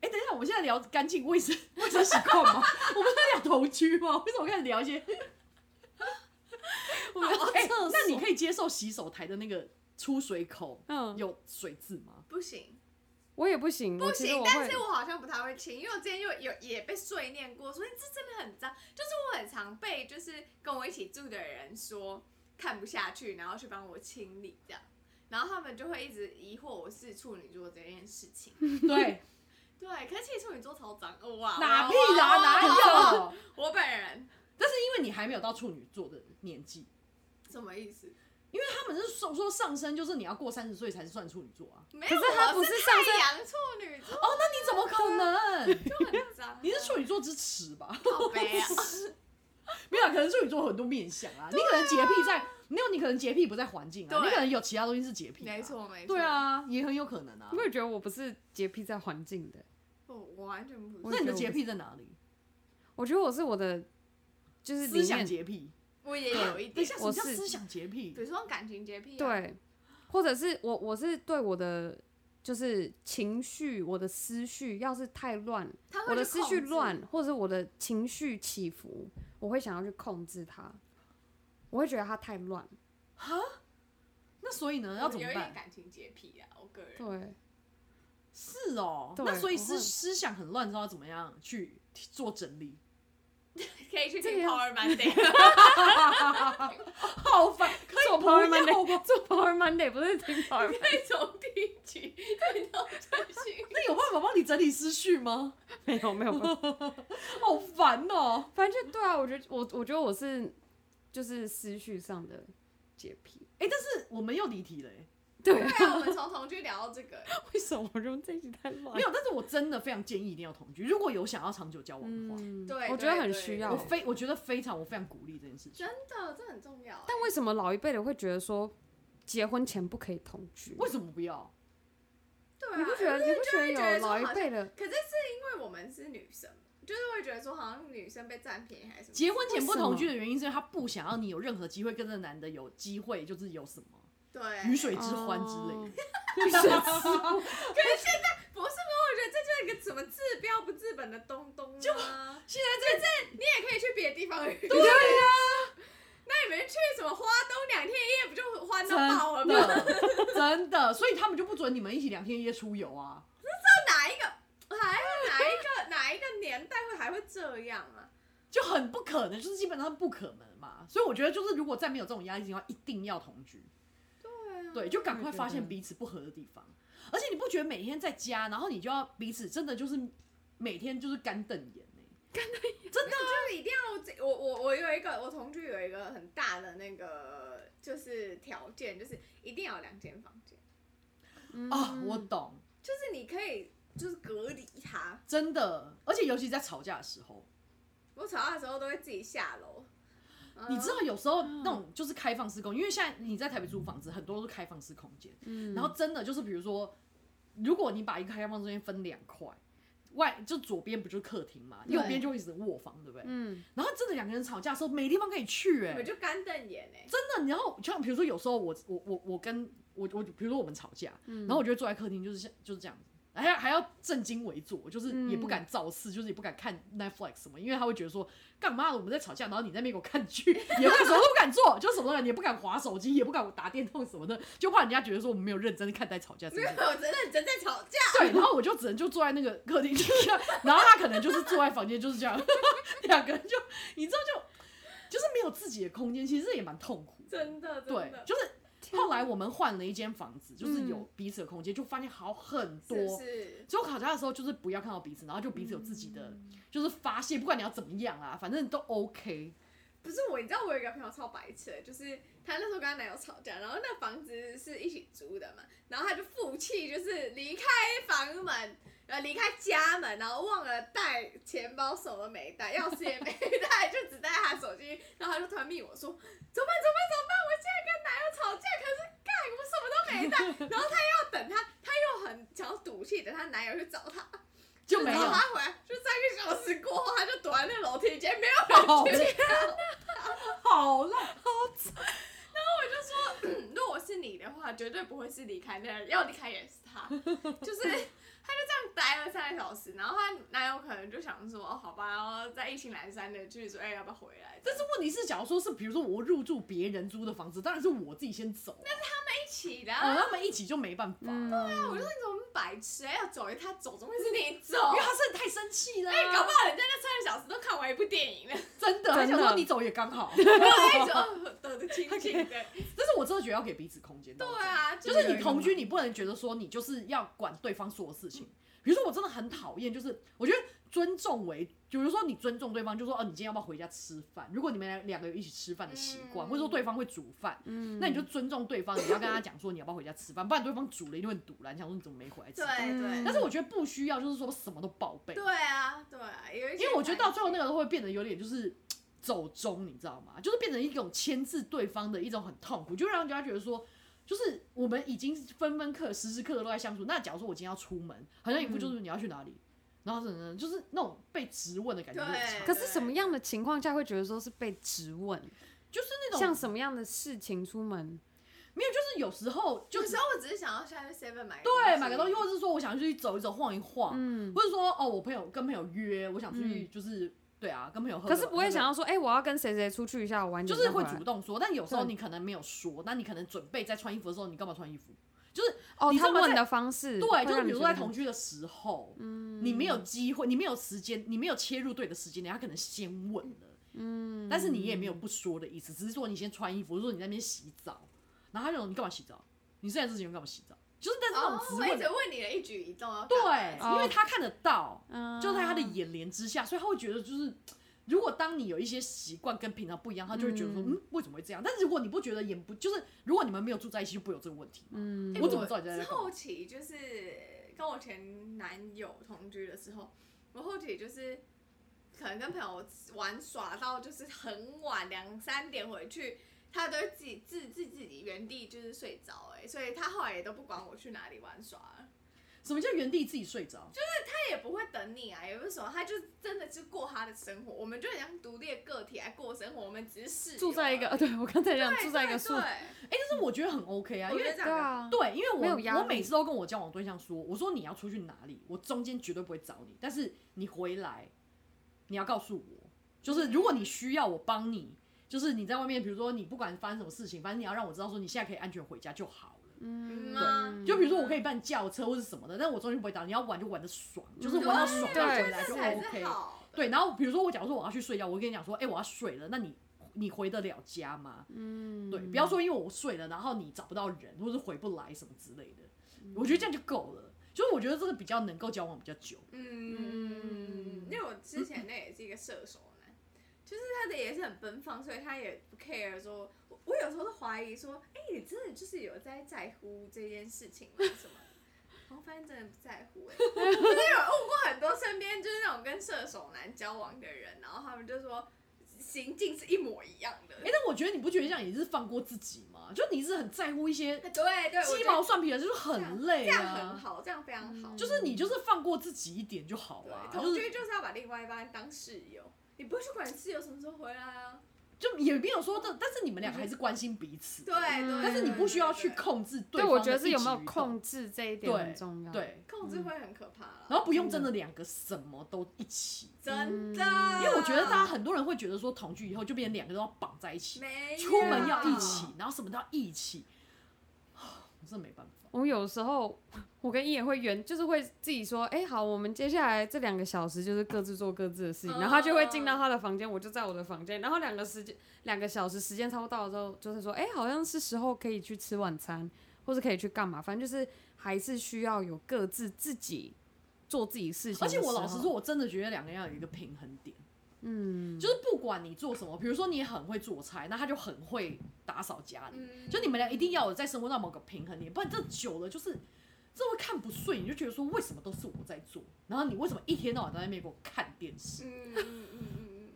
D: 哎、等一下，我们现在聊干净卫生卫生习惯吗？ 我们在聊同居吗？为什么开始聊一些？
B: 我们要
D: 哎、
B: 厕所？
D: 那你可以接受洗手台的那个出水口
B: 嗯，
D: 有水渍吗？
C: 不行
B: 我也不行，
C: 不
B: 我其实
C: 行，
B: 我
C: 但是
B: 会。
C: 我好像不太会清，因为我之前就有也被碎念过，所以这真的很脏。就是我很常被就是跟我一起住的人说看不下去，然后去帮我清理这样，然后他们就会一直疑惑我是处女座这件事情。
D: 对，
C: 对，可是其实处女座超脏，哇，
D: 哪
C: 哇
D: 屁啦，
C: 哇
D: 哪
C: 哇
D: 有？
C: 我本人
D: 啊但是因为你还没有到处女座的年纪，
C: 什么意思？
D: 他们是说说上升就是你要过三十岁才是算处女座啊。
C: 没有，
B: 可是他
C: 我
B: 不
C: 是
B: 是上升
C: 太阳处女座，
D: 哦，那你怎么可能？
C: 就很脏啊。
D: 你是处女座之耻吧？
C: 好悲啊！
D: 没有，啊可能处女座有很多面相啊。你可能洁癖在，没有，你可能洁癖不在环境啊，
C: 对
D: 你可能有其他东西是洁癖、
C: 没，错没错，
D: 对，啊，也很有可能啊
B: 我。也觉得我不是洁癖在环境的，
C: 我哦我完全不
D: 那
C: 是，
D: 你的洁癖在哪里？
B: 我觉得我是我的，就是
D: 思
B: 里
D: 想
B: 面
D: 洁癖。
C: 我也有一
D: 等一
C: 点
D: 下，，什么
B: 我
D: 叫
B: 是
D: 思想洁癖
C: 比？如说感情洁癖啊，
B: 对，或者是我我是对我的就是情绪，我的思绪要是太乱，
C: 他会
B: 我的
C: 去
B: 思绪
C: 控制
B: 乱，，或者是我的情绪起伏，我会想要去控制它，我会觉得它太乱。
D: 那所以呢，
C: 我
D: 要怎么
C: 有一点
D: 办？
C: 感情洁癖啊，我个人
B: 对，
D: 是哦，
B: 对
D: 那所以
B: 我
D: 思
B: 会
D: 思想很乱，之后要怎么样去做整理？
C: 可以去
B: 这
C: 听
B: 个要
C: Power Monday，
D: 好烦，可
B: 做
D: 以不
B: Power
D: 要
B: Monday，
D: 吗？
B: 做 Power Monday 不是挺 Power Monday
C: 可以从第一集听到最新。
D: 那有办法帮你整理思绪吗？
B: 没有没有，没有
D: 好烦哦！
B: 反正就对啊，我觉得我我觉得我是就是思绪上的洁癖。
D: 哎、但是我们又离题了、欸，
B: 对
C: 对，啊，我们从同居聊到这个，
B: 为什么我觉得这一集太乱
D: 没？有，但是我真的非常建议一定要同居，如果有想要长久 交往的话，
B: 嗯，
C: 对
B: 我觉得
C: 对
B: 很
C: 对
B: 需
C: 对
B: 要
D: 我
B: 欸。
D: 非我觉得非常，我非常鼓励这件事情。
C: 真的这很重要欸。
B: 但为什么老一辈的会觉得说结婚前不可以同居？
D: 为什么不要？
C: 对啊，
B: 你不觉得？
C: 因
B: 你
C: 为
B: 不觉
C: 就
B: 得
C: 会觉得
B: 有
C: 说
B: 老一
C: 好像
B: 辈的？
C: 可是是因为我们是女生，就是会觉得说好像女生被占便宜还是什么。
D: 结婚前不
B: 为什么
D: 同居的原因是因为他不想要你有任何机会跟这男的有机会，就是有什么
C: 对，
D: 鱼水之欢之类的。
B: 类的。
C: 不是吗？我觉得这就是一个什么治标不治本的东东就
D: 现在在
C: 你也可以去别的地方 旅游。
D: 对呀、
C: 那你们去什么花东两天一夜，不就欢到爆了
D: 真
C: 吗？
D: 的真的，所以他们就不准你们一起两天一夜出游啊。
C: 哪一个还会哪一个哪一个年代会还会这样啊？
D: 就很不可能，就是基本上不可能嘛。所以我觉得，就是如果再没有这种压力的话，一定要同居。
C: 对啊，
D: 对，就赶快发
B: 我也
D: 现
B: 觉得
D: 彼此不合的地方。而且你不觉得每天在家，然后你就要彼此真的就是每天就是干瞪眼欸呢、
C: 真的啊就是一定要这我我我有一个我同居有一个很大的那个就是条件，就是一定要有两间房间，嗯
D: 啊，我懂，
C: 就是你可以就是隔离它。
D: 真的。而且尤其在吵架的时候，
C: 我吵架的时候都会自己下楼，嗯
D: 你知道有时候那
B: 啊
D: 种就是开放式空，因为现在你在台北租房子，很多都是开放式空间。
B: 嗯
D: 然后真的就是比如说，如果你把一个开放空间分两块。外就左边不就是客厅嘛，
C: 对
D: 右边就会是卧房，对不对？
B: 嗯，
D: 然后真的两个人吵架的时候，没地方可以去、
C: 你
D: 哎
C: 们，就干瞪眼哎、
D: 真的，然后像比如说有时候我我我我跟我我比如说我们吵架，然后我就会坐在客厅，就是像就是这样子，还要还要正襟危坐，就是也不敢造次，就是也不敢看 Netflix 什么，因为他会觉得说，干嘛我们在吵架，然后你在那边给我看剧， 也不敢什么都不敢做，就什么人也不敢划手机，也不敢打电动什么的，就怕人家觉得说我们没有认真看待吵架这
C: 没
D: 件
C: 有，
D: 事 情。
C: 我真的很真在吵架。
D: 对，然后我就只能就坐在那个客厅， 然后他可能就是坐在房间就是这样， 两个人就你知道就就是没有自己的空间，其实也蛮痛苦的。
C: 真的，真
D: 对
C: 的，，嗯
D: 就是后来我们换了一间房子，就是有彼此的空间，就发现好很多。
C: 是不是？
D: 所以我吵架的时候就是不要看到彼此，然后就彼此有自己的、
C: 嗯
D: 就是发泄，不管你要怎么样啊，反正都 OK。
C: 不是我，你知道我有一个朋友超白痴的，就是她那时候跟她男友吵架，然后那房子是一起租的嘛，然后她就负气，就是离开房门，呃，离开家门，然后忘了带钱包，什么都没带，钥匙也没带，就只带她手机，然后她就突然密我说，怎么办？怎么办？怎么办？我现在跟男友吵架，可是干我什么都没带，然后她又要等她，她又很想要赌气，等她男友去找她，
D: 就没有
C: 然后她回来，就三个小时过后，她就躲在那楼梯间，没有
D: 好天好烂，
C: 我就说，嗯，如果是你的话，绝对不会是离开那人，要离开也是 他，就是他就这样待了三个小时，然后他男友可能就想说，哦，好吧，然后在意兴阑珊的就是说，哎、要不要回来？这
D: 但是问题是，假如说是比如说我入住别人租的房子，当然是我自己先走，
C: 一起的、
D: 哦，
C: 啊，
D: 他们一起就没办法，
B: 嗯，
D: 啊
C: 我就说你怎么那么白痴、哎要走一他走，怎么会是 你走？
D: 因为他真的太生气了啊、
C: 哦哎、搞啊不好人家那三个小时都看完一部电影了，
D: 真
B: 真的
D: 的，还想说你走也 刚好。
C: 我一直哦抖得轻轻 的。
D: 但是我真的觉得要给彼此空间。
C: 对
D: 到底
C: 啊，
D: 就是你同居，你不能觉得说你就是要管对方所有事情。比如说，我真的很讨厌，就是我觉得尊重为，比如说你尊重对方，就说哦，你今天要不要回家吃饭？如果你们两个有一起吃饭的习惯，
C: 嗯
D: 或者说对方会煮饭，
B: 嗯
D: 那你就尊重对方，你要跟他讲说你要不要回家吃饭，不然对方煮了一顿堵了，你想说你怎么没回来吃
C: 对
D: 饭？
C: 对
D: 但是我觉得不需要，就是说什么都报备，
C: 对啊，对啊，有一些
D: 因为我觉得到最后那
C: 个
D: 个都会变得有点就是嘖走中，你知道吗？就是变成一种牵制对方的一种很痛苦，就让人家觉得说，就是我们已经分分刻、时时刻刻都在相处。那假如说我今天要出门，好像一副就是你要去哪里，然后等等，就是那种被质问的感觉
C: 对
D: 很强，
B: 可是什么样的情况下会觉得说是被质问？
D: 就是那
B: 像
D: 种
B: 什么样的事情出门？
D: 没有，就是有时候就
C: 有
D: 是
C: 时候我只是想要下去 seven 买个
D: 对买个东西，或者是说我想去走一走、晃一晃，
B: 嗯，
D: 或者说哦，我朋友跟朋友约，我想出去就是、对啊，跟朋友喝个。
B: 可是不会
D: 喝个
B: 想要说，哎、我要跟谁谁出去一下，我晚
D: 就
B: 点
D: 是
B: 再回
D: 会
B: 来
D: 主动说，但有时候
B: 嗯对
D: 你可能没有说，那你可能准备在穿衣服的时候，你干嘛穿衣服？就是
B: 哦，
D: 你知
B: 他
D: 道吗
B: 问
D: 在
B: 的方式会
D: 对，就是
B: 让你
D: 比如
B: 觉得很，嗯
D: 说在同居的时候，你没有机会，你没有时间，你没有切入对的时间点，他可能先问了，嗯，但是你也没有不说的意思，只是说你先穿衣服，或者说你在那边洗澡，然后他就说你干嘛洗澡？你现在之前干嘛洗澡？就是但是那
C: 哦
D: 种，直
C: 我
D: 问
C: 一
D: 的，
C: 直问你的一举一动要干嘛哎
D: 对，因为
B: 哦
D: 他看得到，
B: 嗯，
D: 就在他的眼帘之下，所以他会觉得就是，如果当你有一些习惯跟平常不一样，他就会觉得说，嗯
B: 嗯
D: 为什么会这样？但是如果你不觉得眼不就是，如果你们没有住在一起，就不会有这个问题。
B: 嗯
C: 欸
D: 我怎么知道你在
C: 之
D: 干嘛
C: 后期就是跟我前男友同居的时候，我后期就是可能跟朋友玩耍到就是很晚两三点回去，他都会自己自自自己原地就是睡着哎、欸，所以他后来也都不管我去哪里玩耍了，
D: 什么叫原地自己睡着？
C: 他也不会等你啊，也不是什么，他就真的是过他的生活，我们就很像独立的个体来过生活，我们只是室友
B: 住在一个，
C: 而
B: 呃
C: 已
B: 对我刚才讲
C: 对
B: 住在一个
C: 对
B: 宿，
D: 哎、但是我觉得很 OK 啊，
C: 对
D: 因
C: 我觉得这
D: 为
B: 对
C: 样比较
B: 啊，
D: 对，因为
B: 没有压
D: 我
B: 力
D: 我每次都跟我交往对象说，我说你要出去哪里，我中间绝对不会找你，但是你回来，你要告诉我，就是如果你需要我帮你，就是你在外面，比如说你不管发生什么事情，反正你要让我知道说你现在可以安全回家就好了。
C: 嗯
B: 嗯，
C: 啊
D: 就比如说我可以帮你叫车或是什么的，但我中间不会打。你要玩就玩的爽，就是
C: 嗯对啊
D: 玩到爽
B: 对
D: 再
C: 我觉
D: 回
C: 得
D: 来
C: 这
D: 就
C: 才是
D: OK。
C: 好的。
D: 对，然后比如说我假如说我要去睡觉，我会跟你讲说，哎、我要睡了，那你你回得了家吗？嗯，对，不要说因为我睡了，然后你找不到人或是回不来什么之类的，
C: 嗯
D: 我觉得这样就够了。就是我觉得这个比较能够交往比较久，
C: 嗯，因为我之前那也是一个射手男，就是他的也是很奔放，所以他也不 care 说，我我有时候都怀疑说，哎、你真的就是有在在乎这件事情吗？什么的？然后发现真的 不在乎、欸， 我真的有问过很多身边就是那种跟射手男交往的人，然后他们就说行径是一模一样的。
D: 哎、但我觉得你不觉得这样也是放过自己吗？就你是很在乎一些
C: 对对，我
D: 鸡
C: 觉得
D: 毛蒜皮的，就是很累
C: 这样很
D: 啊。
C: 好，这样非常好。
D: 就是你就是放过自己一点就好
C: 对
D: 了、，啊，就
C: 同
D: 是
C: 居就是要把另外一半当室友，你不会去管你室友什么时候回来啊。
D: 就也没有说这，但是你们
B: 嗯
D: 两个还是关心彼此。
C: 对对，
D: 但是你不需要去
C: 对
D: 控制
B: 对，
D: 对方
B: 我
D: 的
B: 觉得是
D: 一
B: 有
D: 举
B: 没有
D: 一动
B: 控制啊这一点
D: 对
B: 很重要。，
D: 对，
C: 控制会很可怕啦
D: 然后不用
B: 嗯
D: 真的两个什么都一起，
C: 真的，
D: 嗯因为我觉得大家很多人会觉得说同居以后就变成两个都要绑在一起，
C: 没有
D: 出门要一起，，然后什么都要一起， 我真的没办法。
B: 我有时候我跟一眼会原就是会自己说，哎、好，我们接下来这两个小时就是各自做各自的事情，然后他就会进
D: 嗯
B: 到他的房间，我就在我的房间，然后两个时间两个小时时间差不多到了之后，就是说，哎、好像是时候可以去吃晚餐，或是可以去干嘛，反正就是还是需要有各自自己做自己事情。
D: 而且我老实说，，我真的觉得两个人要有一个平衡点，
B: 嗯，
D: 就是不管你做什么，比如说你也很会做菜，那他就很会打扫家里，
C: 嗯
D: 就你们俩一定要有在生活上某个平衡点，不然这久了就是这会看不顺，你就觉得说为什么都是我在做，然后你为什么一天到晚都在那边给我看电视？
C: 嗯嗯嗯嗯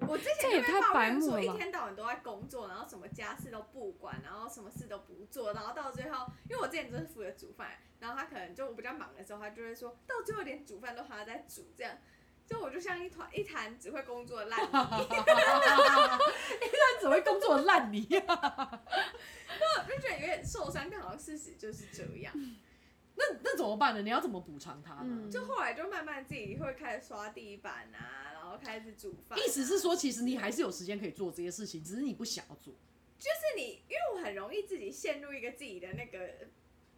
C: 嗯，我之
B: 这
C: 前就
B: 也
C: 被
B: 太
C: 抱
B: 白
C: 怨
B: 目
C: 说
B: 了
C: 一
B: 吧
C: 天到晚都在工作，然后什么家事都不管，然后什么事都不做，然后到最后，因为我之前就是负责煮饭，然后他可能就我比较忙的时候，他就会说到最后连煮饭都还要在煮这样。就我就像一团一坛只会工作的烂泥，
D: 只会工作的烂泥、啊。
C: 我就觉得有点受伤，但好像事实就是这样。
D: 那 那怎么办呢？你要怎么补偿他呢？
B: 嗯
C: 就后来就慢慢自己会开始刷地板啊，然后开始煮饭啊、
D: 意思是说，其实你还是有时间可以做这些事情，只是你不想要做。
C: 就是你，因为我很容易自己陷入一个自己的那个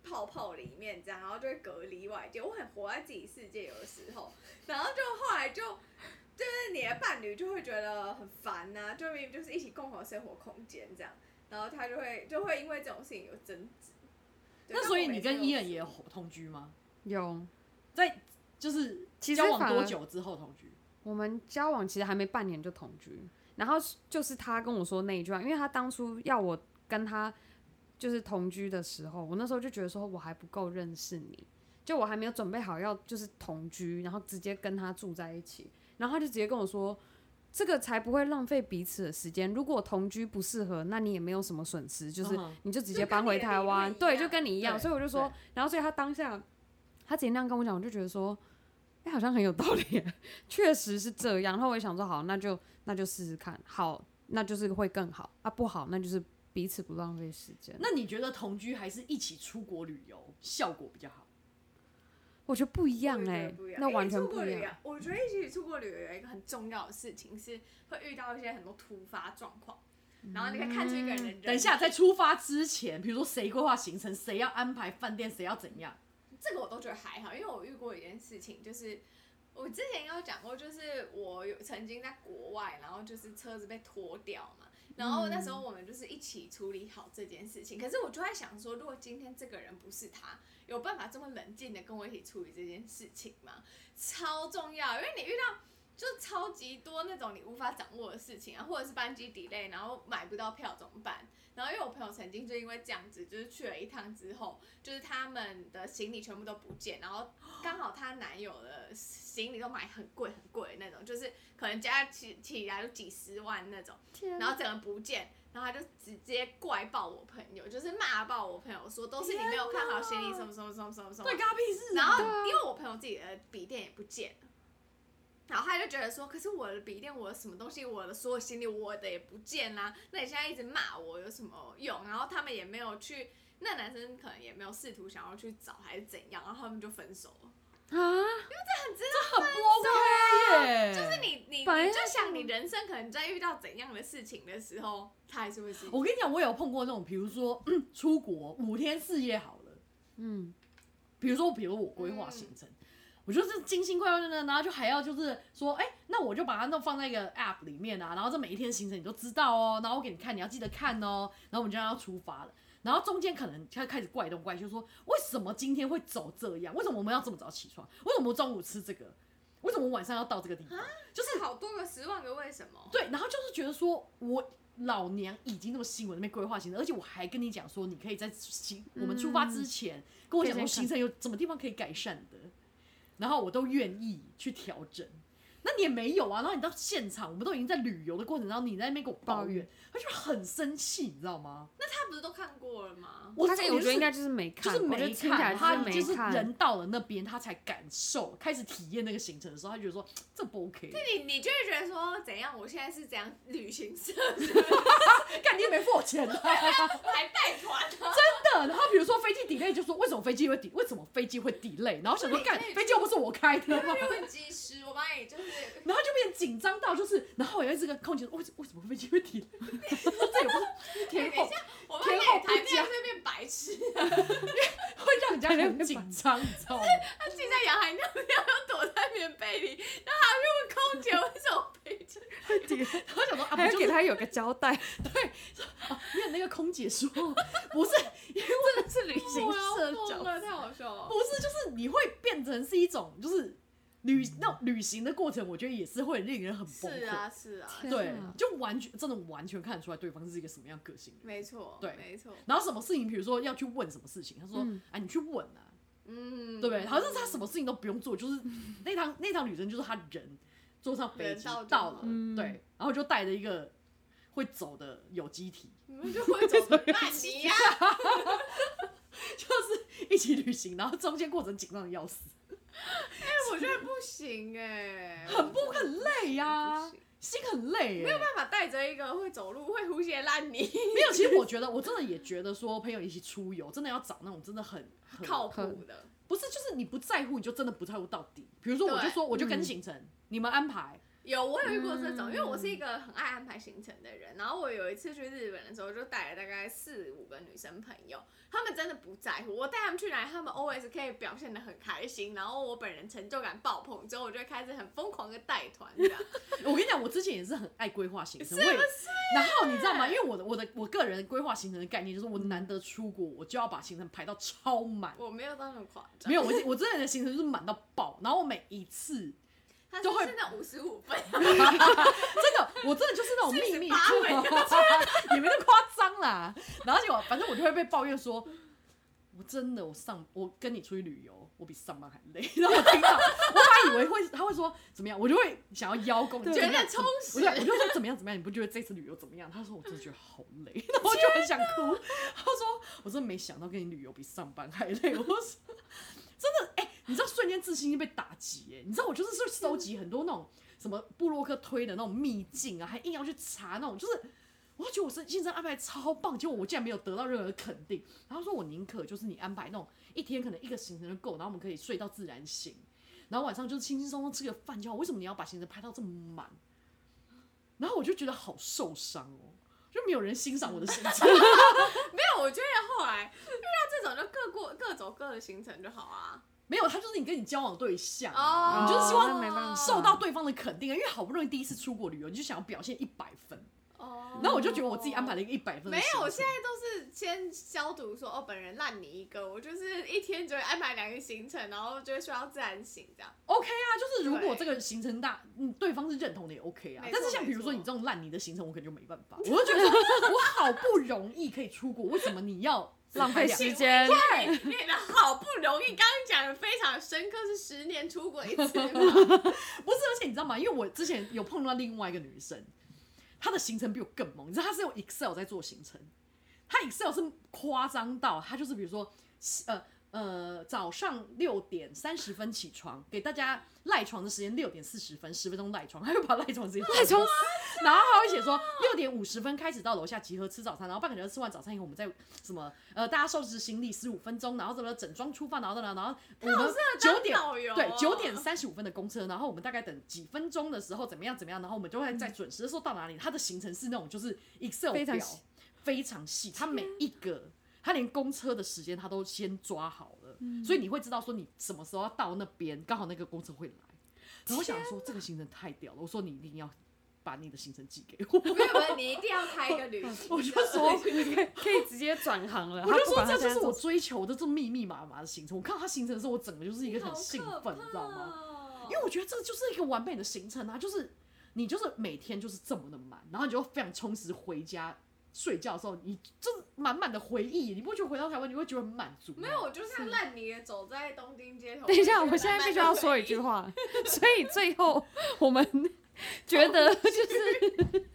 C: 泡泡里面，这样，然后就会隔离外界，我很活在自己世界，有的时候，然后就后来就就是你的伴侣就会觉得很烦呐、就明明就是一起共同生活空间这样，然后他就会就会因为这种事情有争执。对
D: 那所以你跟伊恩也，有
C: 但我每次
D: 同居吗？
B: 有
D: 在就是
B: 其实
D: 交往
B: 反而
D: 多久之后同居？
B: 我们交往其实还没半年就同居，然后是就是他跟我说那一句话，因为他当初要我跟他就是同居的时候，我那时候就觉得说我还不够认识你，就我还没有准备好要就是同居，然后直接跟他住在一起，然后他就直接跟我说。这个才不会浪费彼此的时间。如果同居不适合，那你也没有什么损失，就是
D: 嗯哼
B: 你就直
C: 就
B: 接
C: 跟
B: 搬
C: 你
B: 回
C: 的理
B: 台
C: 论
B: 湾。
C: 一
B: 对，
C: 样
B: 就跟你一样。
D: 对
B: 所以我就说
D: 对，
B: 然后所以他当下他直接那样跟我讲，我就觉得说，哎、好像很有道理， 确实是这样。然后我也想说，好，那就那就试试看，好，那就是会更好啊，不好那就是彼此不浪费时间。
D: 那你觉得同居还是一起出国旅游效果比较好？
B: 我觉得不一样
C: 我也觉
B: 哎、
C: 得不一样
B: 那完
C: 一
B: 全
C: 起出
B: 不
C: 国
B: 一
C: 旅游
B: 样。。
C: 我觉得一起出国旅游有一个很重要的事情是会遇到一些很多突发状况，然后你可以看出一个人
B: 嗯
C: 的人。
D: 等一下，在出发之前，比如说谁规划行程，谁要安排饭店，谁要怎样？
C: 这个我都觉得还好，因为我遇过一件事情，就是我之前有讲过，就是我有曾经在国外，然后就是车子被拖掉嘛，然后那时
B: 嗯
C: 候我们就是一起处理好这件事情。可是我就在想说，如果今天这个人不是他，有办法这么冷静的跟我一起处理这件事情吗？超重要，因为你遇到。就超级多那种你无法掌握的事情啊，或者是班机 delay，然后买不到票怎么办？然后因为我朋友曾经就因为这样子，就是去了一趟之后，就是他们的行李全部都不见，然后刚好她男友的行李都买很贵很贵的那种，就是可能加起起来就几十万那种，然后整个不见，然后他就直接怪爆我朋友，就是骂爆我朋友说都是你没有看好行李什么什么什么什么什么，
D: 对，嘎屁事啊。
C: 然后因为我朋友自己的笔电也不见了，然后他就觉得说，可是我的笔电，我的什么东西，我的所有行李，我的也不见啦、那你现在一直骂我有什么用？然后他们也没有去，那男生可能也没有试图想要去找还是怎样，然后他们就分手了。
B: 啊，
D: 很不 OK 耶，
C: 就是你你
B: 本来
C: 你就
B: 就是
C: 想你人生可能在遇到怎样的事情的时候，他还是会是
D: 我跟你讲，我有碰过那种，比如说、嗯、出国五天四夜好了，
B: 嗯，
D: 比如说，比如我规
C: 嗯
D: 划行程，我就是精心规划的呢，然后就还要就是说，哎、那我就把它弄放在一个 app 里面啊，然后这每一天行程你都知道哦，然后我给你看，你要记得看哦，然后我们就要出发了。然后中间可能他开始怪东怪西，就说为什么今天会走这样？为什么我们要这么早起床？为什么中午吃这个？为什么晚上要到这个地方？
C: 就是好多个十万个为什么。
D: 对，然后就是觉得说我老娘已经那么辛苦在那边规划行程，而且我还跟你讲说，你可以在行我们出发之前、跟我讲
B: 可以
D: 说
B: 先看
D: 行程有什么地方可以改善的，然后我都愿意去调整。那你也没有啊。然后你到现场，我们都已经在旅游的过程当中，你在那边给我抱
B: 抱
D: 怨，他就很生气，你知道吗？
C: 他不是都看过了吗？
D: 我
B: 他可
D: 重
B: 以
D: 点
B: 我觉得
D: 是
B: 应该就是没
D: 就
B: 看，
D: 是
B: 我觉
D: 没
B: 得听起来
D: 看，他
B: 没
D: 就是
B: 看，
D: 人啊到了那边，他才感受，开始体验那个行程的时候，他就觉得说这不 OK，
C: 你你就会觉得说怎样？我现在是怎样旅行社
D: 干你也没付我钱啊！
C: 还带团呢？
D: 真的，然后比如说飞机 delay，就说为什么飞机会 delay，为什么飞机会 delay，然后想说
C: 对
D: 干
C: 对
D: 飞机又不是我开的吗？
C: 就问机师，我帮你就是
D: 然后就变紧张到就是，然后我一直跟空姐说，为什为什么飞机会 delay？这 也不是天
C: 哎等一
D: 后，
C: 下我帮
D: 天
C: 你
D: 后不
C: 谈恋
D: 佳
C: 爱会变白痴，
D: 会让人家很紧张，你知道吗？
C: 他自己在阳台那边又躲在棉被里，然后还去问空姐为什么飞机。
D: 然后想说啊，
B: 还
D: 不
B: 要
D: 就
B: 给
D: 是
B: 他有个交 代。
D: 因为那个空姐说，不是，因为真的是旅行社
C: 我要
D: 角
C: 疯了，太好笑了。
D: 不是，就是你会变成是一种就是旅那种旅行的过程，我觉得也是会令人很崩溃。
C: 是啊，是啊，
B: 天
D: 对
B: 哪，
D: 就完全真的完全看得出来对方是一个什么样个性的人。
C: 没错，
D: 对
C: 没错，
D: 然后什么事情，比如说要去问什么事情，他说：“
B: 嗯
D: 啊，你去问啊，
C: 嗯，
D: 对不对？”好像是他什么事情都不用做，就是那趟那趟旅程就是他人坐上飞
C: 人
D: 机
C: 到就
D: 到了
C: 好，
B: 嗯
D: 对，然后就带着一个会走的有机体，
C: 你们就会走成烂泥呀、
D: 就是一起旅行，然后中间过程紧张的 要死，
C: 哎，我觉得不行哎、
D: 很不很累呀、
C: 啊，
D: 心很累、欸，没有
C: 没办法带着一个会走路、会呼吸的烂泥，
D: 没有，其实我觉得，我真的也觉得说，朋友一起出游，真的要找那种真的很很
C: 靠谱的。
D: 不是，就是你不在乎，你就真的不在乎到底。比如说，
C: 对
D: 我就说，我就跟行程，你们安排，
C: 有，我有遇过这种，
B: 嗯
C: 因为我是一个很爱安排行程的人。然后我有一次去日本的时候，就带了大概四五个女生朋友，她们真的不在乎，我带她们去哪里，她们 always 可以表现的很开心，然后我本人成就感爆棚，之后我就会开始很疯狂的带团这样。
D: 我跟你讲，我之前也是很爱规划行程，我也。
C: 啊
D: 然后你知道吗？因为我的我的我个人规划行程的概念就是，我难得出国，我就要把行程排到超满。
C: 我没有到那么夸张，
D: 没有，我我真的的行程就是满到爆。然后我每一次
C: 她
D: 都会
C: 是那五十五分，
D: 真的，我真的就是那种秘密，
C: 48位
D: 也没那么夸张啦。 然后结果，反正我就会被抱怨说，我真的我上我跟你出去旅游，我比上班还累。 然后我听到，我还以为会他会说怎么样，我就会想要邀功，你
C: 觉
D: 怎么样
C: 得充
D: 我
C: 实
D: 就。我就说怎么样怎么样，你不觉得这次旅游怎么样？他说我真的觉得好累，然后我就很想哭。他说我真的没想到跟你旅游比上班还累。我说真的，哎、你知道瞬间自信心被打击哎、你知道我就是去收集很多那种什么布洛克推的那种秘境啊，还硬要去查那种，就是我觉得我是现在安排超棒，结果我竟然没有得到任何的肯定。然后说我宁可就是你安排那种一天可能一个行程就够，然后我们可以睡到自然醒。然后晚上就是轻轻松松吃个饭就好。为什么你要把行程拍到这么满？然后我就觉得好受伤哦，就没有人欣赏我的行 程。
C: 没有，我觉得后来遇到这种就各过各走各的行程就好啊。
D: 没有，他就是你跟你交往的对象，
C: 哦，
D: 你就是希
B: 那
D: 望
B: 没办法
D: 受到对方的肯定啊。因为好不容易第一次出国旅游，你就想要表现一百分。
C: 哦
D: 然后我就觉得我自己安排了一个一百分的
C: 没
D: 行程，
C: 有，我现在都是先消毒说，哦，本人烂你一个，我就是一天只会安排两个行程，然后就会睡到自然醒这样。
D: OK 啊，就是如果
C: 对
D: 这个行程大，嗯，对方是认同的也 OK 啊
C: 没。错
D: 但是像比如说
C: 没错
D: 你这种烂泥的行程，我可能就没办 法。我就觉得我好不容易可以出国，为什么你 要
B: 浪费
D: 两
B: 时 间，
C: 对，你的好不容易，刚刚讲的非常深刻，是十年出国一次嘛？
D: 不是，而且你知道吗？因为我之前有碰到另外一个女生，她的行程比我更猛。你知道她是用 Excel 在做行程，她 Excel 是夸张到，她就是比如说，呃呃，早上六点三十分起床，给大家赖床的时间六点四十分，十分钟赖床，她会把赖床时间
B: 赖床，
D: 然后还会写说六点五十分开始到楼下集合吃早餐，然后半个小时吃完早餐以后，我们再什么呃大家收拾行李十五分钟，然后怎么整装出发，然后然后然后我们九点
C: 导游哦
D: 对九点三十五分的公车，然后我们大概等几分钟的时候怎么样怎么样，然后我们就会在准时的时候到哪里。它的行程是那种就是 Excel
B: 嗯非常
D: 表
B: 细
D: 非常细，它每一个。它连公车的时间它都先抓好了，
B: 嗯
D: 所以你会知道说你什么时候要到那边，刚好那个公车会来。然后我想说这个行程太屌了，我说你一定要把你的行程寄给 我。
C: 没有没有，你一定要开一个旅行社。
D: 我就说，
B: 可以直接转行了。
D: 我
B: 他
D: 就
B: 啊不
D: 说
B: 管
D: 这
B: 他现
D: 就
B: 在
D: 是我
B: 做什
D: 追求的这密密麻麻的行程。我看到他行程的时候，我整个就是一个很兴奋，你知道吗？
C: 吗
D: 因为我觉得这就是一个完美的行程啊，就是你就是每天就是这么的满，然后你就非常充实回家睡觉的时候，你就是满满的回忆，你不会觉得回到台湾你会觉得很满足吗？
C: 没有，我就像烂泥走在东京街头。
B: 等一下，我现在必须要说一句话，所以最后我们觉
D: 哦
B: 得就是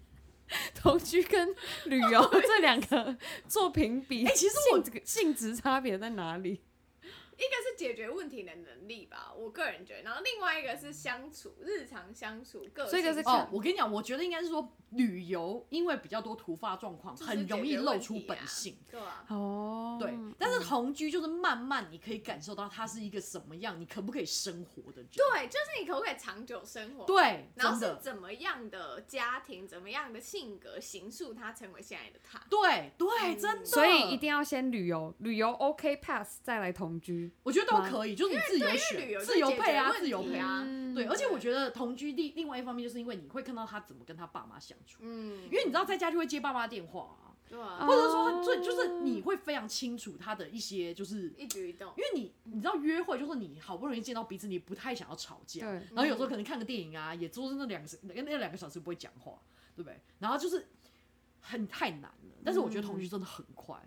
B: 同居跟旅游这两个做评比，
D: 哦哎其实我
B: 性质性质差别在哪里？
C: 一个是解决问题的能力吧，我个人觉得，然后另外一个是相处，日常相处，个性
B: 所以就是
D: 哦，我跟你讲，我觉得应该是说旅游，因为比较多突发状况，
C: 就是
D: 很容易
C: 解决
D: 露
C: 问
D: 出
C: 题
D: 本
C: 啊
D: 性。
C: 对啊，
B: 哦，
D: 对，但是同居就是慢慢你可以感受到他是一个什么样，你可不可以生活的人。
C: 对，啊就是你可不可以长久生活？，
D: 对，
C: 然后
D: 真
C: 是
D: 的，
C: 怎么样的家庭，怎么样的性格形塑他成为现在的他？
D: 对对，真的。
B: 所以一定要先旅游，旅游 OK pass 再来同居。
D: 我觉得都可以，就是你自
C: 因
D: 由
C: 为旅
D: 选，
C: 游就
D: 自由
C: 解决
D: 配啊，
C: 问
D: 自由
C: 题
D: 配
C: 啊
B: 嗯
D: 对，而且我觉得同居另另外一方面，就是因为你会看到他怎么跟他爸妈相处，
C: 嗯
D: 因，为你知道在家就会接爸妈电话啊，
C: 对啊，
B: 哦
D: 或者说最就是你会非常清楚他的一些就是
C: 一举一动
D: 因为你你知道约会就是你好不容易见到彼此，你不太想要吵架，
B: 对嗯
D: 然后有时候可能看个电影啊，也就是那两个小那那两个小时不会讲话，对不对？然后就是很太难了，但是我觉
B: 嗯
D: 得同居真的很快。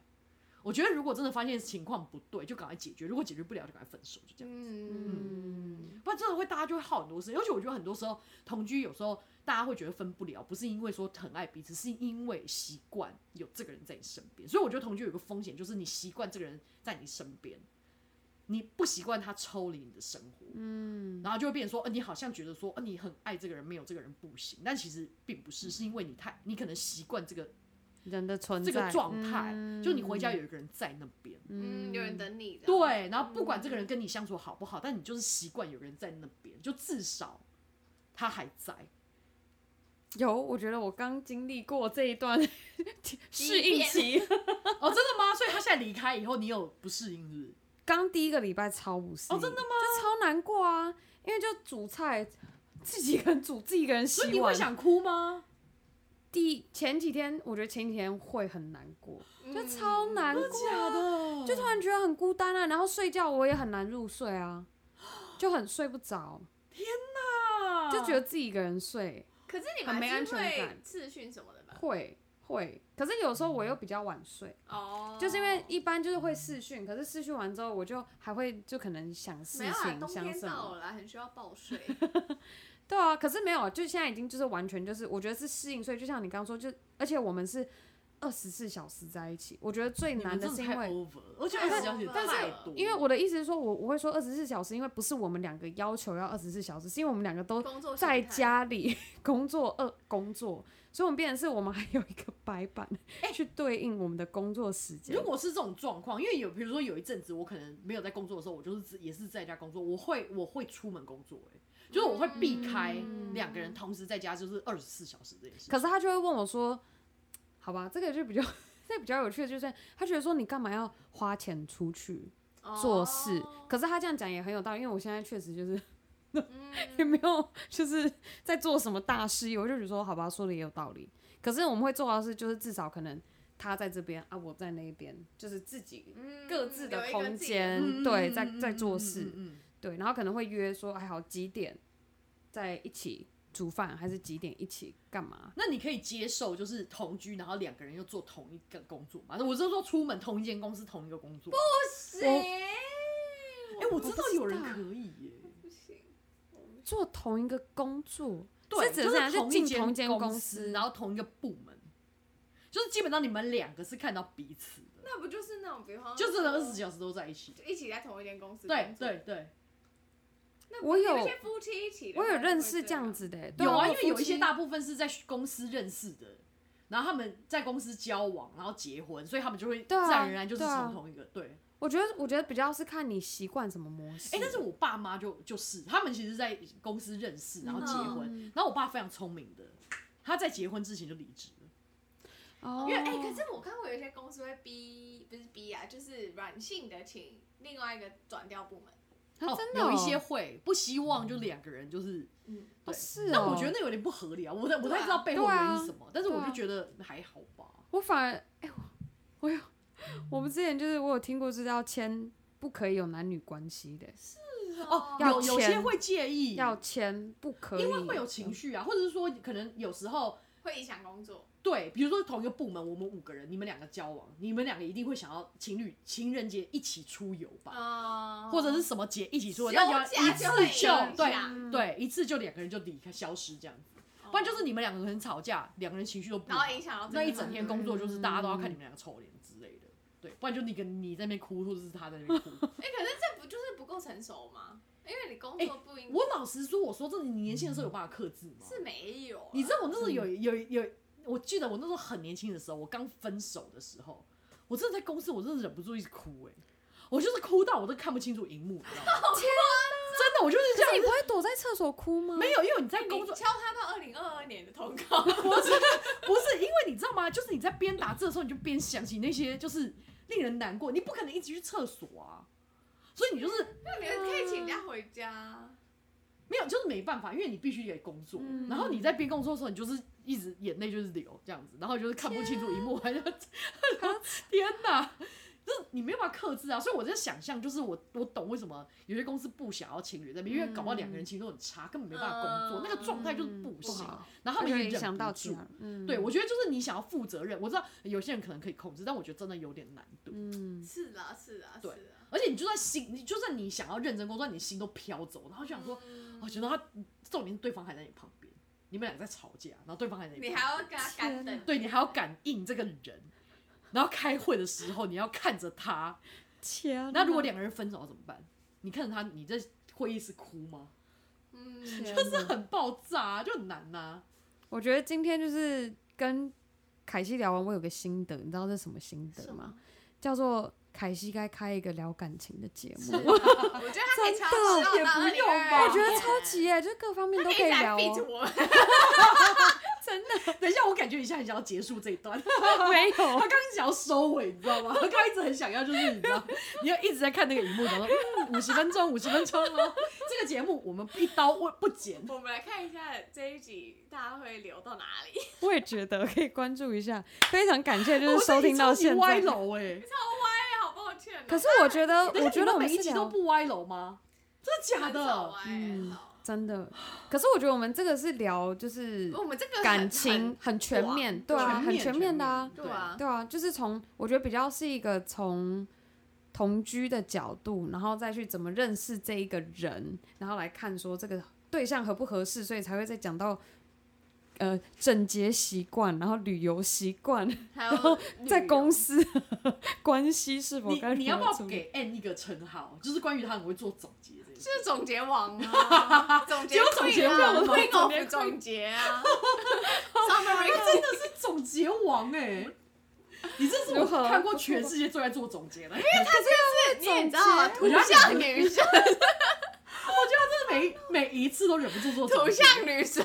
D: 我觉得如果真的发现情况不对，就赶快解决；如果解决不了，就赶快分手，就这样。
C: 嗯，
D: 不然真的会大家就会耗很多时间。而且我觉得很多时候同居有时候大家会觉得分不了，不是因为说很爱彼此，是因为习惯有这个人在你身边。所以我觉得同居有一个风险，就是你习惯这个人在你身边，你不习惯他抽离你的生活，嗯，然后就会变成说，呃，你好像觉得说，呃，你很爱这个人，没有这个人不行，但其实并不是，是因为你太你可能习惯这个
B: 人的存
D: 这
B: 在嗯
D: 个状态，就你回家有一个人在那边。
C: 嗯，有人等你的，，
D: 对，然后不
B: 嗯
D: 管这个人跟你相处好不好，但你就是习惯有人在那边，就至少他还 在。哦
B: 有，我觉得我刚经历过这一段 适应
C: 变
B: 期，
D: 哦，真的吗？所以他现在离开以后，你有不适应日？
B: 刚第一个礼拜超不适
D: 哦
B: 应
D: 真的吗
B: 就超难过啊，因为就煮菜，自己一个人煮，自己一个人洗
D: 所
B: 碗。
D: 以你会想哭吗？
B: 第前几天，我觉得前几天会很难过，
C: 嗯
B: 就超难过啊、
D: 的
B: 就突然觉得很孤单啊，然后睡觉我也很难入睡啊，就很睡不着，
C: 啊
B: 就觉得自己一个人睡
C: 可是你
B: 很
C: 们
B: 没
C: 还
B: 安
C: 是
B: 全
C: 会
B: 感
C: 视讯什么的吧？
B: 会会，可是有时候我又比较晚睡，
C: 哦，
B: 就是因为一般就是会视讯，可是视讯完之后我就还会就可能想事
C: 没有啊，
B: 情
C: 冬
B: 想
C: 天
B: 什
C: 到
B: 么，
C: 了啦，很需要报 税，
B: 对啊，可是没有，就现在已经就是完全就是我觉得是适应，所以就像你刚刚说，就而且我们是二十四小时在一起，我觉得最
D: 你
B: 难
D: 们真的
B: 是因
D: 太
B: 为。
D: over，而且
C: 太
D: 二十小时
C: over 了
D: 太多，
B: 因为我的意思是说，我我会说二十四小时，因为不是我们两个要求要二十四小时，是因为我们两个都
C: 工作
B: 在
C: 形态，
B: 家里工作二工作，所以我们变成是我们还有一个白板、去对应我们的工作时间
D: 哎如。果是这种状况，因为有比如说有一阵子我可能没有在工作的时候，我就是自也是在家工作，我会我会出门工作、欸，就是我会避开两个人同时在家就是二十四小时这件事情。
B: 嗯可是他就会问我说：“好吧，这个就比较 这比较有趣的，就是他觉得说你干嘛要花钱出去做事？
C: 哦
B: 可是他这样讲也很有道理，因为我现在确实就是
C: 嗯
B: 也没有就是在做什么大事业，我就觉得说好吧，说的也有道理。可是我们会做到的是，就是至少可能他在这边啊，我在那边，就是自己
C: 嗯
B: 各自
C: 有
B: 的
C: 一个
B: 空
C: 自己
B: 间，
D: 嗯
B: 对，
D: 嗯
B: 在
D: 嗯
B: 在
D: 嗯
B: 做
D: 嗯
B: 事，
D: 嗯嗯
B: 对，然后可能会约说，哎，好几点在一起煮饭，还是几点一起干嘛？
D: 那你可以接受就是同居，然后两个人又做同一个工作吗？我是说出门同一间公司同一个工作。不，
C: 谁？
D: 哎、我知道有人
B: 我不知道
D: 可以耶、
C: 不行，
B: 做同一个工作，
D: 对，
B: 是指
D: 就是
B: 怎样
D: 同
B: 进
D: 一
B: 同一
D: 间
B: 间
D: 公
B: 公
D: 司，
B: 司
D: 然后同一个部门，就是基本上你们两个是看到彼此的，
C: 那不就是那种，比方
D: 就真的二十
C: 说
D: 小时都在一起。
C: 就一起在同一间公司
D: 对
C: 工作
D: 对对，
C: 那
B: 我有
C: 一些夫妻一起的
B: 我
C: 话，
B: 有认
C: 就
B: 识
C: 会
B: 这样
C: 样，
B: 子的、欸对
D: 有啊，
B: 我
D: 因为有
B: 夫
D: 一些
B: 妻
D: 大部分是在公司认识的，然后他们在公司交往，然后结婚，所以他们就会自
B: 对啊
D: 然而然就是
B: 对啊
D: 从同一个对。
B: 我觉得我觉得比较是看你习惯什么模式。
D: 哎、但是我爸妈就就是他们其实，在公司认识，然后结
B: 嗯
D: 婚，然后我爸非常聪明的，他在结婚之前就离职了。
B: 哦，
C: 因为哎、可是我看过有一些公司会逼，不是逼啊，就是软性的请另外一个转调部门，
B: 啊
D: 哦
B: 真的
D: 有一
B: 哦
D: 些会不希望就两个人就是，
C: 嗯，
B: 哦
D: 对
B: 是
D: 但
B: 哦，
D: 我觉得那有点不合理啊，我在我
C: 对
D: 太
C: 啊
D: 知道背后
B: 对
D: 原因
B: 啊
D: 是什么，但是我
B: 对啊
D: 就觉得还好吧。
B: 我反而，哎、我我 有，我们之前就是我有听过是要签不可以有男女关系的，
C: 嗯
D: 哦，
B: 要
D: 有有些
B: 签
D: 会介意，
B: 要签不可以，
D: 因为会有情绪啊，或者是说可能有时候
C: 会影响工作。
D: 对，比如说同一个部门，我们五个人，你们两个交往，你们两个一定会想要情侣情人节一起出游吧，
C: 嗯，
B: 哦
D: 或者是什么节一起出游，
C: 休
D: 那你要
C: 假
D: 一
C: 就会
D: 次
C: 有
D: 就对
C: 假
D: 啊
B: 嗯
D: 对，一次就两个人就离开消失这样子，不然就是你们两个人吵架，两个人情绪都不
C: 然
D: 好
C: 后，影响到
D: 哦那一整
C: 个
D: 天工作就是大家都要看你们两个臭脸之类的。对，不然就你跟你在那边哭，或者是他在那边哭。
C: 哎、可是这不就是不够成熟吗？因为你工
D: 哎
C: 作不应、
D: 我老实说，我说真的，你年轻的时候有办法克制吗？
C: 是没有啊、
D: 你知道我那时候有有有，我记得我那时候很年轻的时候，我刚分手的时候，我真的在公司，我真的忍不住一直哭哎、我就是哭到我都看不清楚荧幕，你知道 吗？真的，我就是这
B: 你
D: 样。
B: 不会躲在厕所哭吗？
D: 没有，因 为你在
C: 哎你
D: 工作，
C: 敲他到二零二二年的通告，
D: 不是因为你知道吗？就是你在边打字的时候，你就边想起那些就是令人难过，你不可能一直去厕所啊，所以你就是
C: 那你可以请假回家。
D: 没有，就是没办法，因为你必须得工作，
B: 嗯
D: 然后你在边工作的时候，你就是一直眼泪就是流这样子，然后就是看不清 楚一幕，还要天哪，
B: 啊
D: 就是你没有办法克制啊。所以我在想象，就是我我懂为什么有些公司不想要情侣在那边，因为搞不好两个人情绪都很差，根本没办法工作，
C: 嗯
D: 那个状态就是不
B: 不
D: 行。
B: 好，
D: 然后他们也
B: 影响
D: 忍
B: 到
D: 不
B: 其
D: 住
B: 他。人。嗯，
D: 对，我觉得就是你想要负责任，我知道有些人可能可以控制，但我觉得真的有点难度。
B: 嗯，
C: 是啦，是啦，
D: 对
C: 是啦。
D: 而且你就算心，你就算你想要认真工作，你心都飘走，然后就想说，
C: 嗯
D: 我觉得他重点是对方还在你旁边，你们俩在吵架，然后对方还在
C: 你
D: 旁
C: 还要
D: 边
C: 跟他干
B: 天
C: 等，
B: 哪
D: 对你还要感应这个人，然后开会的时候你要看着他，
B: 天哪。
D: 那如果两个人分手怎么办？你看着他，你在会议室哭吗？
C: 嗯，
B: 天
D: 就是
B: 哪
D: 很爆炸、啊，就很难呐、
B: 我觉得今天就是跟凯西聊完，我有个心得，你知道这是什么心得
C: 什么
B: 吗？叫做凯西该开一个聊感情的节目，
D: 是
B: 我
C: 我觉得他可以
B: 真
C: 超
B: 的
C: 时
D: 也
C: 到
D: 不
C: 二零
D: 用
C: 二
D: 吧
C: 二，
B: 觉得超级耶，就各方面
C: 他
B: 都
C: 可以一直来
B: 聊
C: feat
B: 哦。
C: 我们，
D: 等一下，我感觉一下很想要结束这一段，
B: 没
D: 他
B: 有，
D: 刚刚想要收尾，你知道吗？他刚一直很想要，就是你知道，你要一直在看那个荧幕，然后嗯五十分钟，五十分钟哦。这个节目我们一刀不不剪，
C: 我们来看一下这一集大家会留到哪里，
B: 我也觉得可以关注一下，非常感谢，就
D: 我
B: 是收听到现
D: 超级歪
B: 在。
D: 楼哎、
C: 哎，好抱歉哦。
B: 可是我觉得，
D: 等一
B: 我
D: 下
B: 觉
D: 你
B: 得
D: 们
B: 我
D: 每一
B: 是
D: 集都
B: 聊
D: 不歪楼吗？真的假
C: 很少
D: 的？
C: 哎，
B: 嗯
C: 很少
B: 真 的，可是我觉得我们这个是聊就是
D: 哦
C: 我们这个很
B: 感情，很全
C: 广
B: 面，对啊，
D: 全
B: 很
D: 面
B: 全
D: 全
B: 面的
D: 面
B: 啊。
C: 很对啊，
B: 对啊，就是从我觉得比较是一个从同居的角度，然后再去怎么认识这一个人，然后来看说这个对象合不合适，所以才会再讲到呃整洁习惯，然后旅游习惯，
C: 还
B: 然后
C: 有
B: 在公
C: 司，
B: 司关系是否该
D: 你你
B: 如
D: 要不
B: 何
D: 要
B: 处理？
D: 给 N 一个称号？就是关于他很会做总结这件事。
C: 就是总结王啊，总结
D: 只有总结王吗
C: q u e
D: 总结
C: e 总结啊，summary
D: 真的是总结王哎、你这是
B: 如
D: 我
B: 何
D: 看过全世界最爱做总结的，因为
C: 你也知道啊，
D: 我
C: 图
D: 觉得他
C: 像女神，
D: 他真的每每一次都忍不住做总
C: 图
D: 结。
C: 像女神，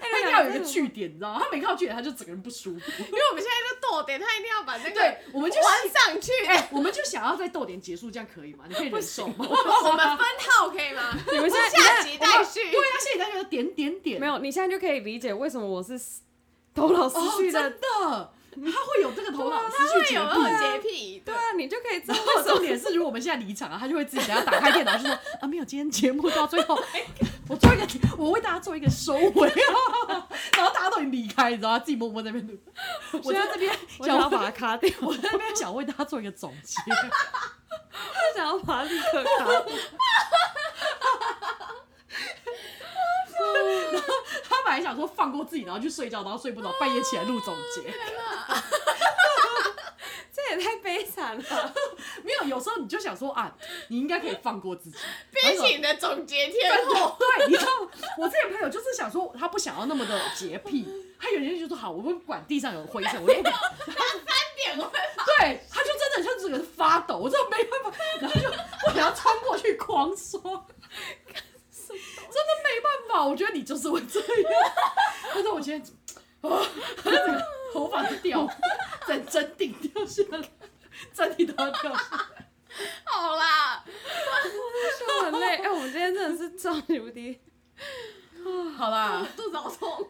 D: 他一定要有一个据点，你知道吗？他没看到据点，他就整个人不舒服。
C: 因为我们现在就逗点，他一定要把这个
D: 对，我们就
C: 玩上去。
D: 哎、我们就想要在逗点结束，这样可以吗？你可以忍受吗？哦
C: 哦我们分号可以吗？
B: 你们现在
C: 下集待续
D: 对。啊，现在大家就点点点，
B: 没有，你现在就可以理解为什么我是头脑思
D: 哦，
B: 绪的。
D: 真的，他会有这个头脑思
C: 会
D: 绪洁
C: 有
D: 癖
C: 二
D: 啊。
C: 洁癖，
B: 对啊，你就可以知道
D: 然后重点是，如果我们现在离场啊，他就会自己想要打开电脑，就说啊，没有，今天节目到最后，我做一个，我为大家做一个收尾， 然后大家都已经离开，你知道吗？自己默默在那边录，我在这边
B: 我想要
D: 想
B: 把它卡 掉，
D: 我在那边想为大家做一个总结。
B: 我想要把它立刻卡掉。
D: 他本来想说放过自己，然后去睡觉，然后睡不着，半夜起来录总结。
B: 这也太悲惨 了。
D: 没有，有时候你就想说啊，你应该可以放过 自己。
C: 编起你的总结天后，
D: 对，你知道，我之前朋友就是想说，他不想要那么的洁癖，他有人就说好，我不管地上有灰尘，我就不管。
C: 点我会把
D: 对，他就真的像整个人发抖，我真的没办法，然后就我想要冲过去狂说，真的没办法，我觉得你就是会这样。 他说我今天怎么，哦， 他整个头发都掉，整整顶掉下来，整顶都要掉下来。
C: 好啦。
B: 就很累。哎、我们今天真的是超级无 敌，
D: 好啦，
C: 肚子好痛，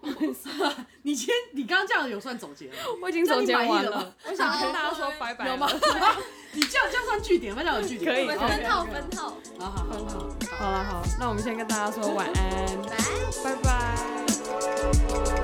D: 你今天你刚刚这样有算总结了吗？
B: 我已经总结
D: 这样
B: 完
D: 你满意了
B: 了
D: 吗。
B: 我想跟大家 说拜拜了
D: 有吗？你这样这样算据点吗？这样有据点？
B: 可以
C: 我们
B: 可以
C: 分号分号，
D: 好好好好。
B: 好了好，那我们先跟大家说晚安，
C: 来。
B: 拜拜。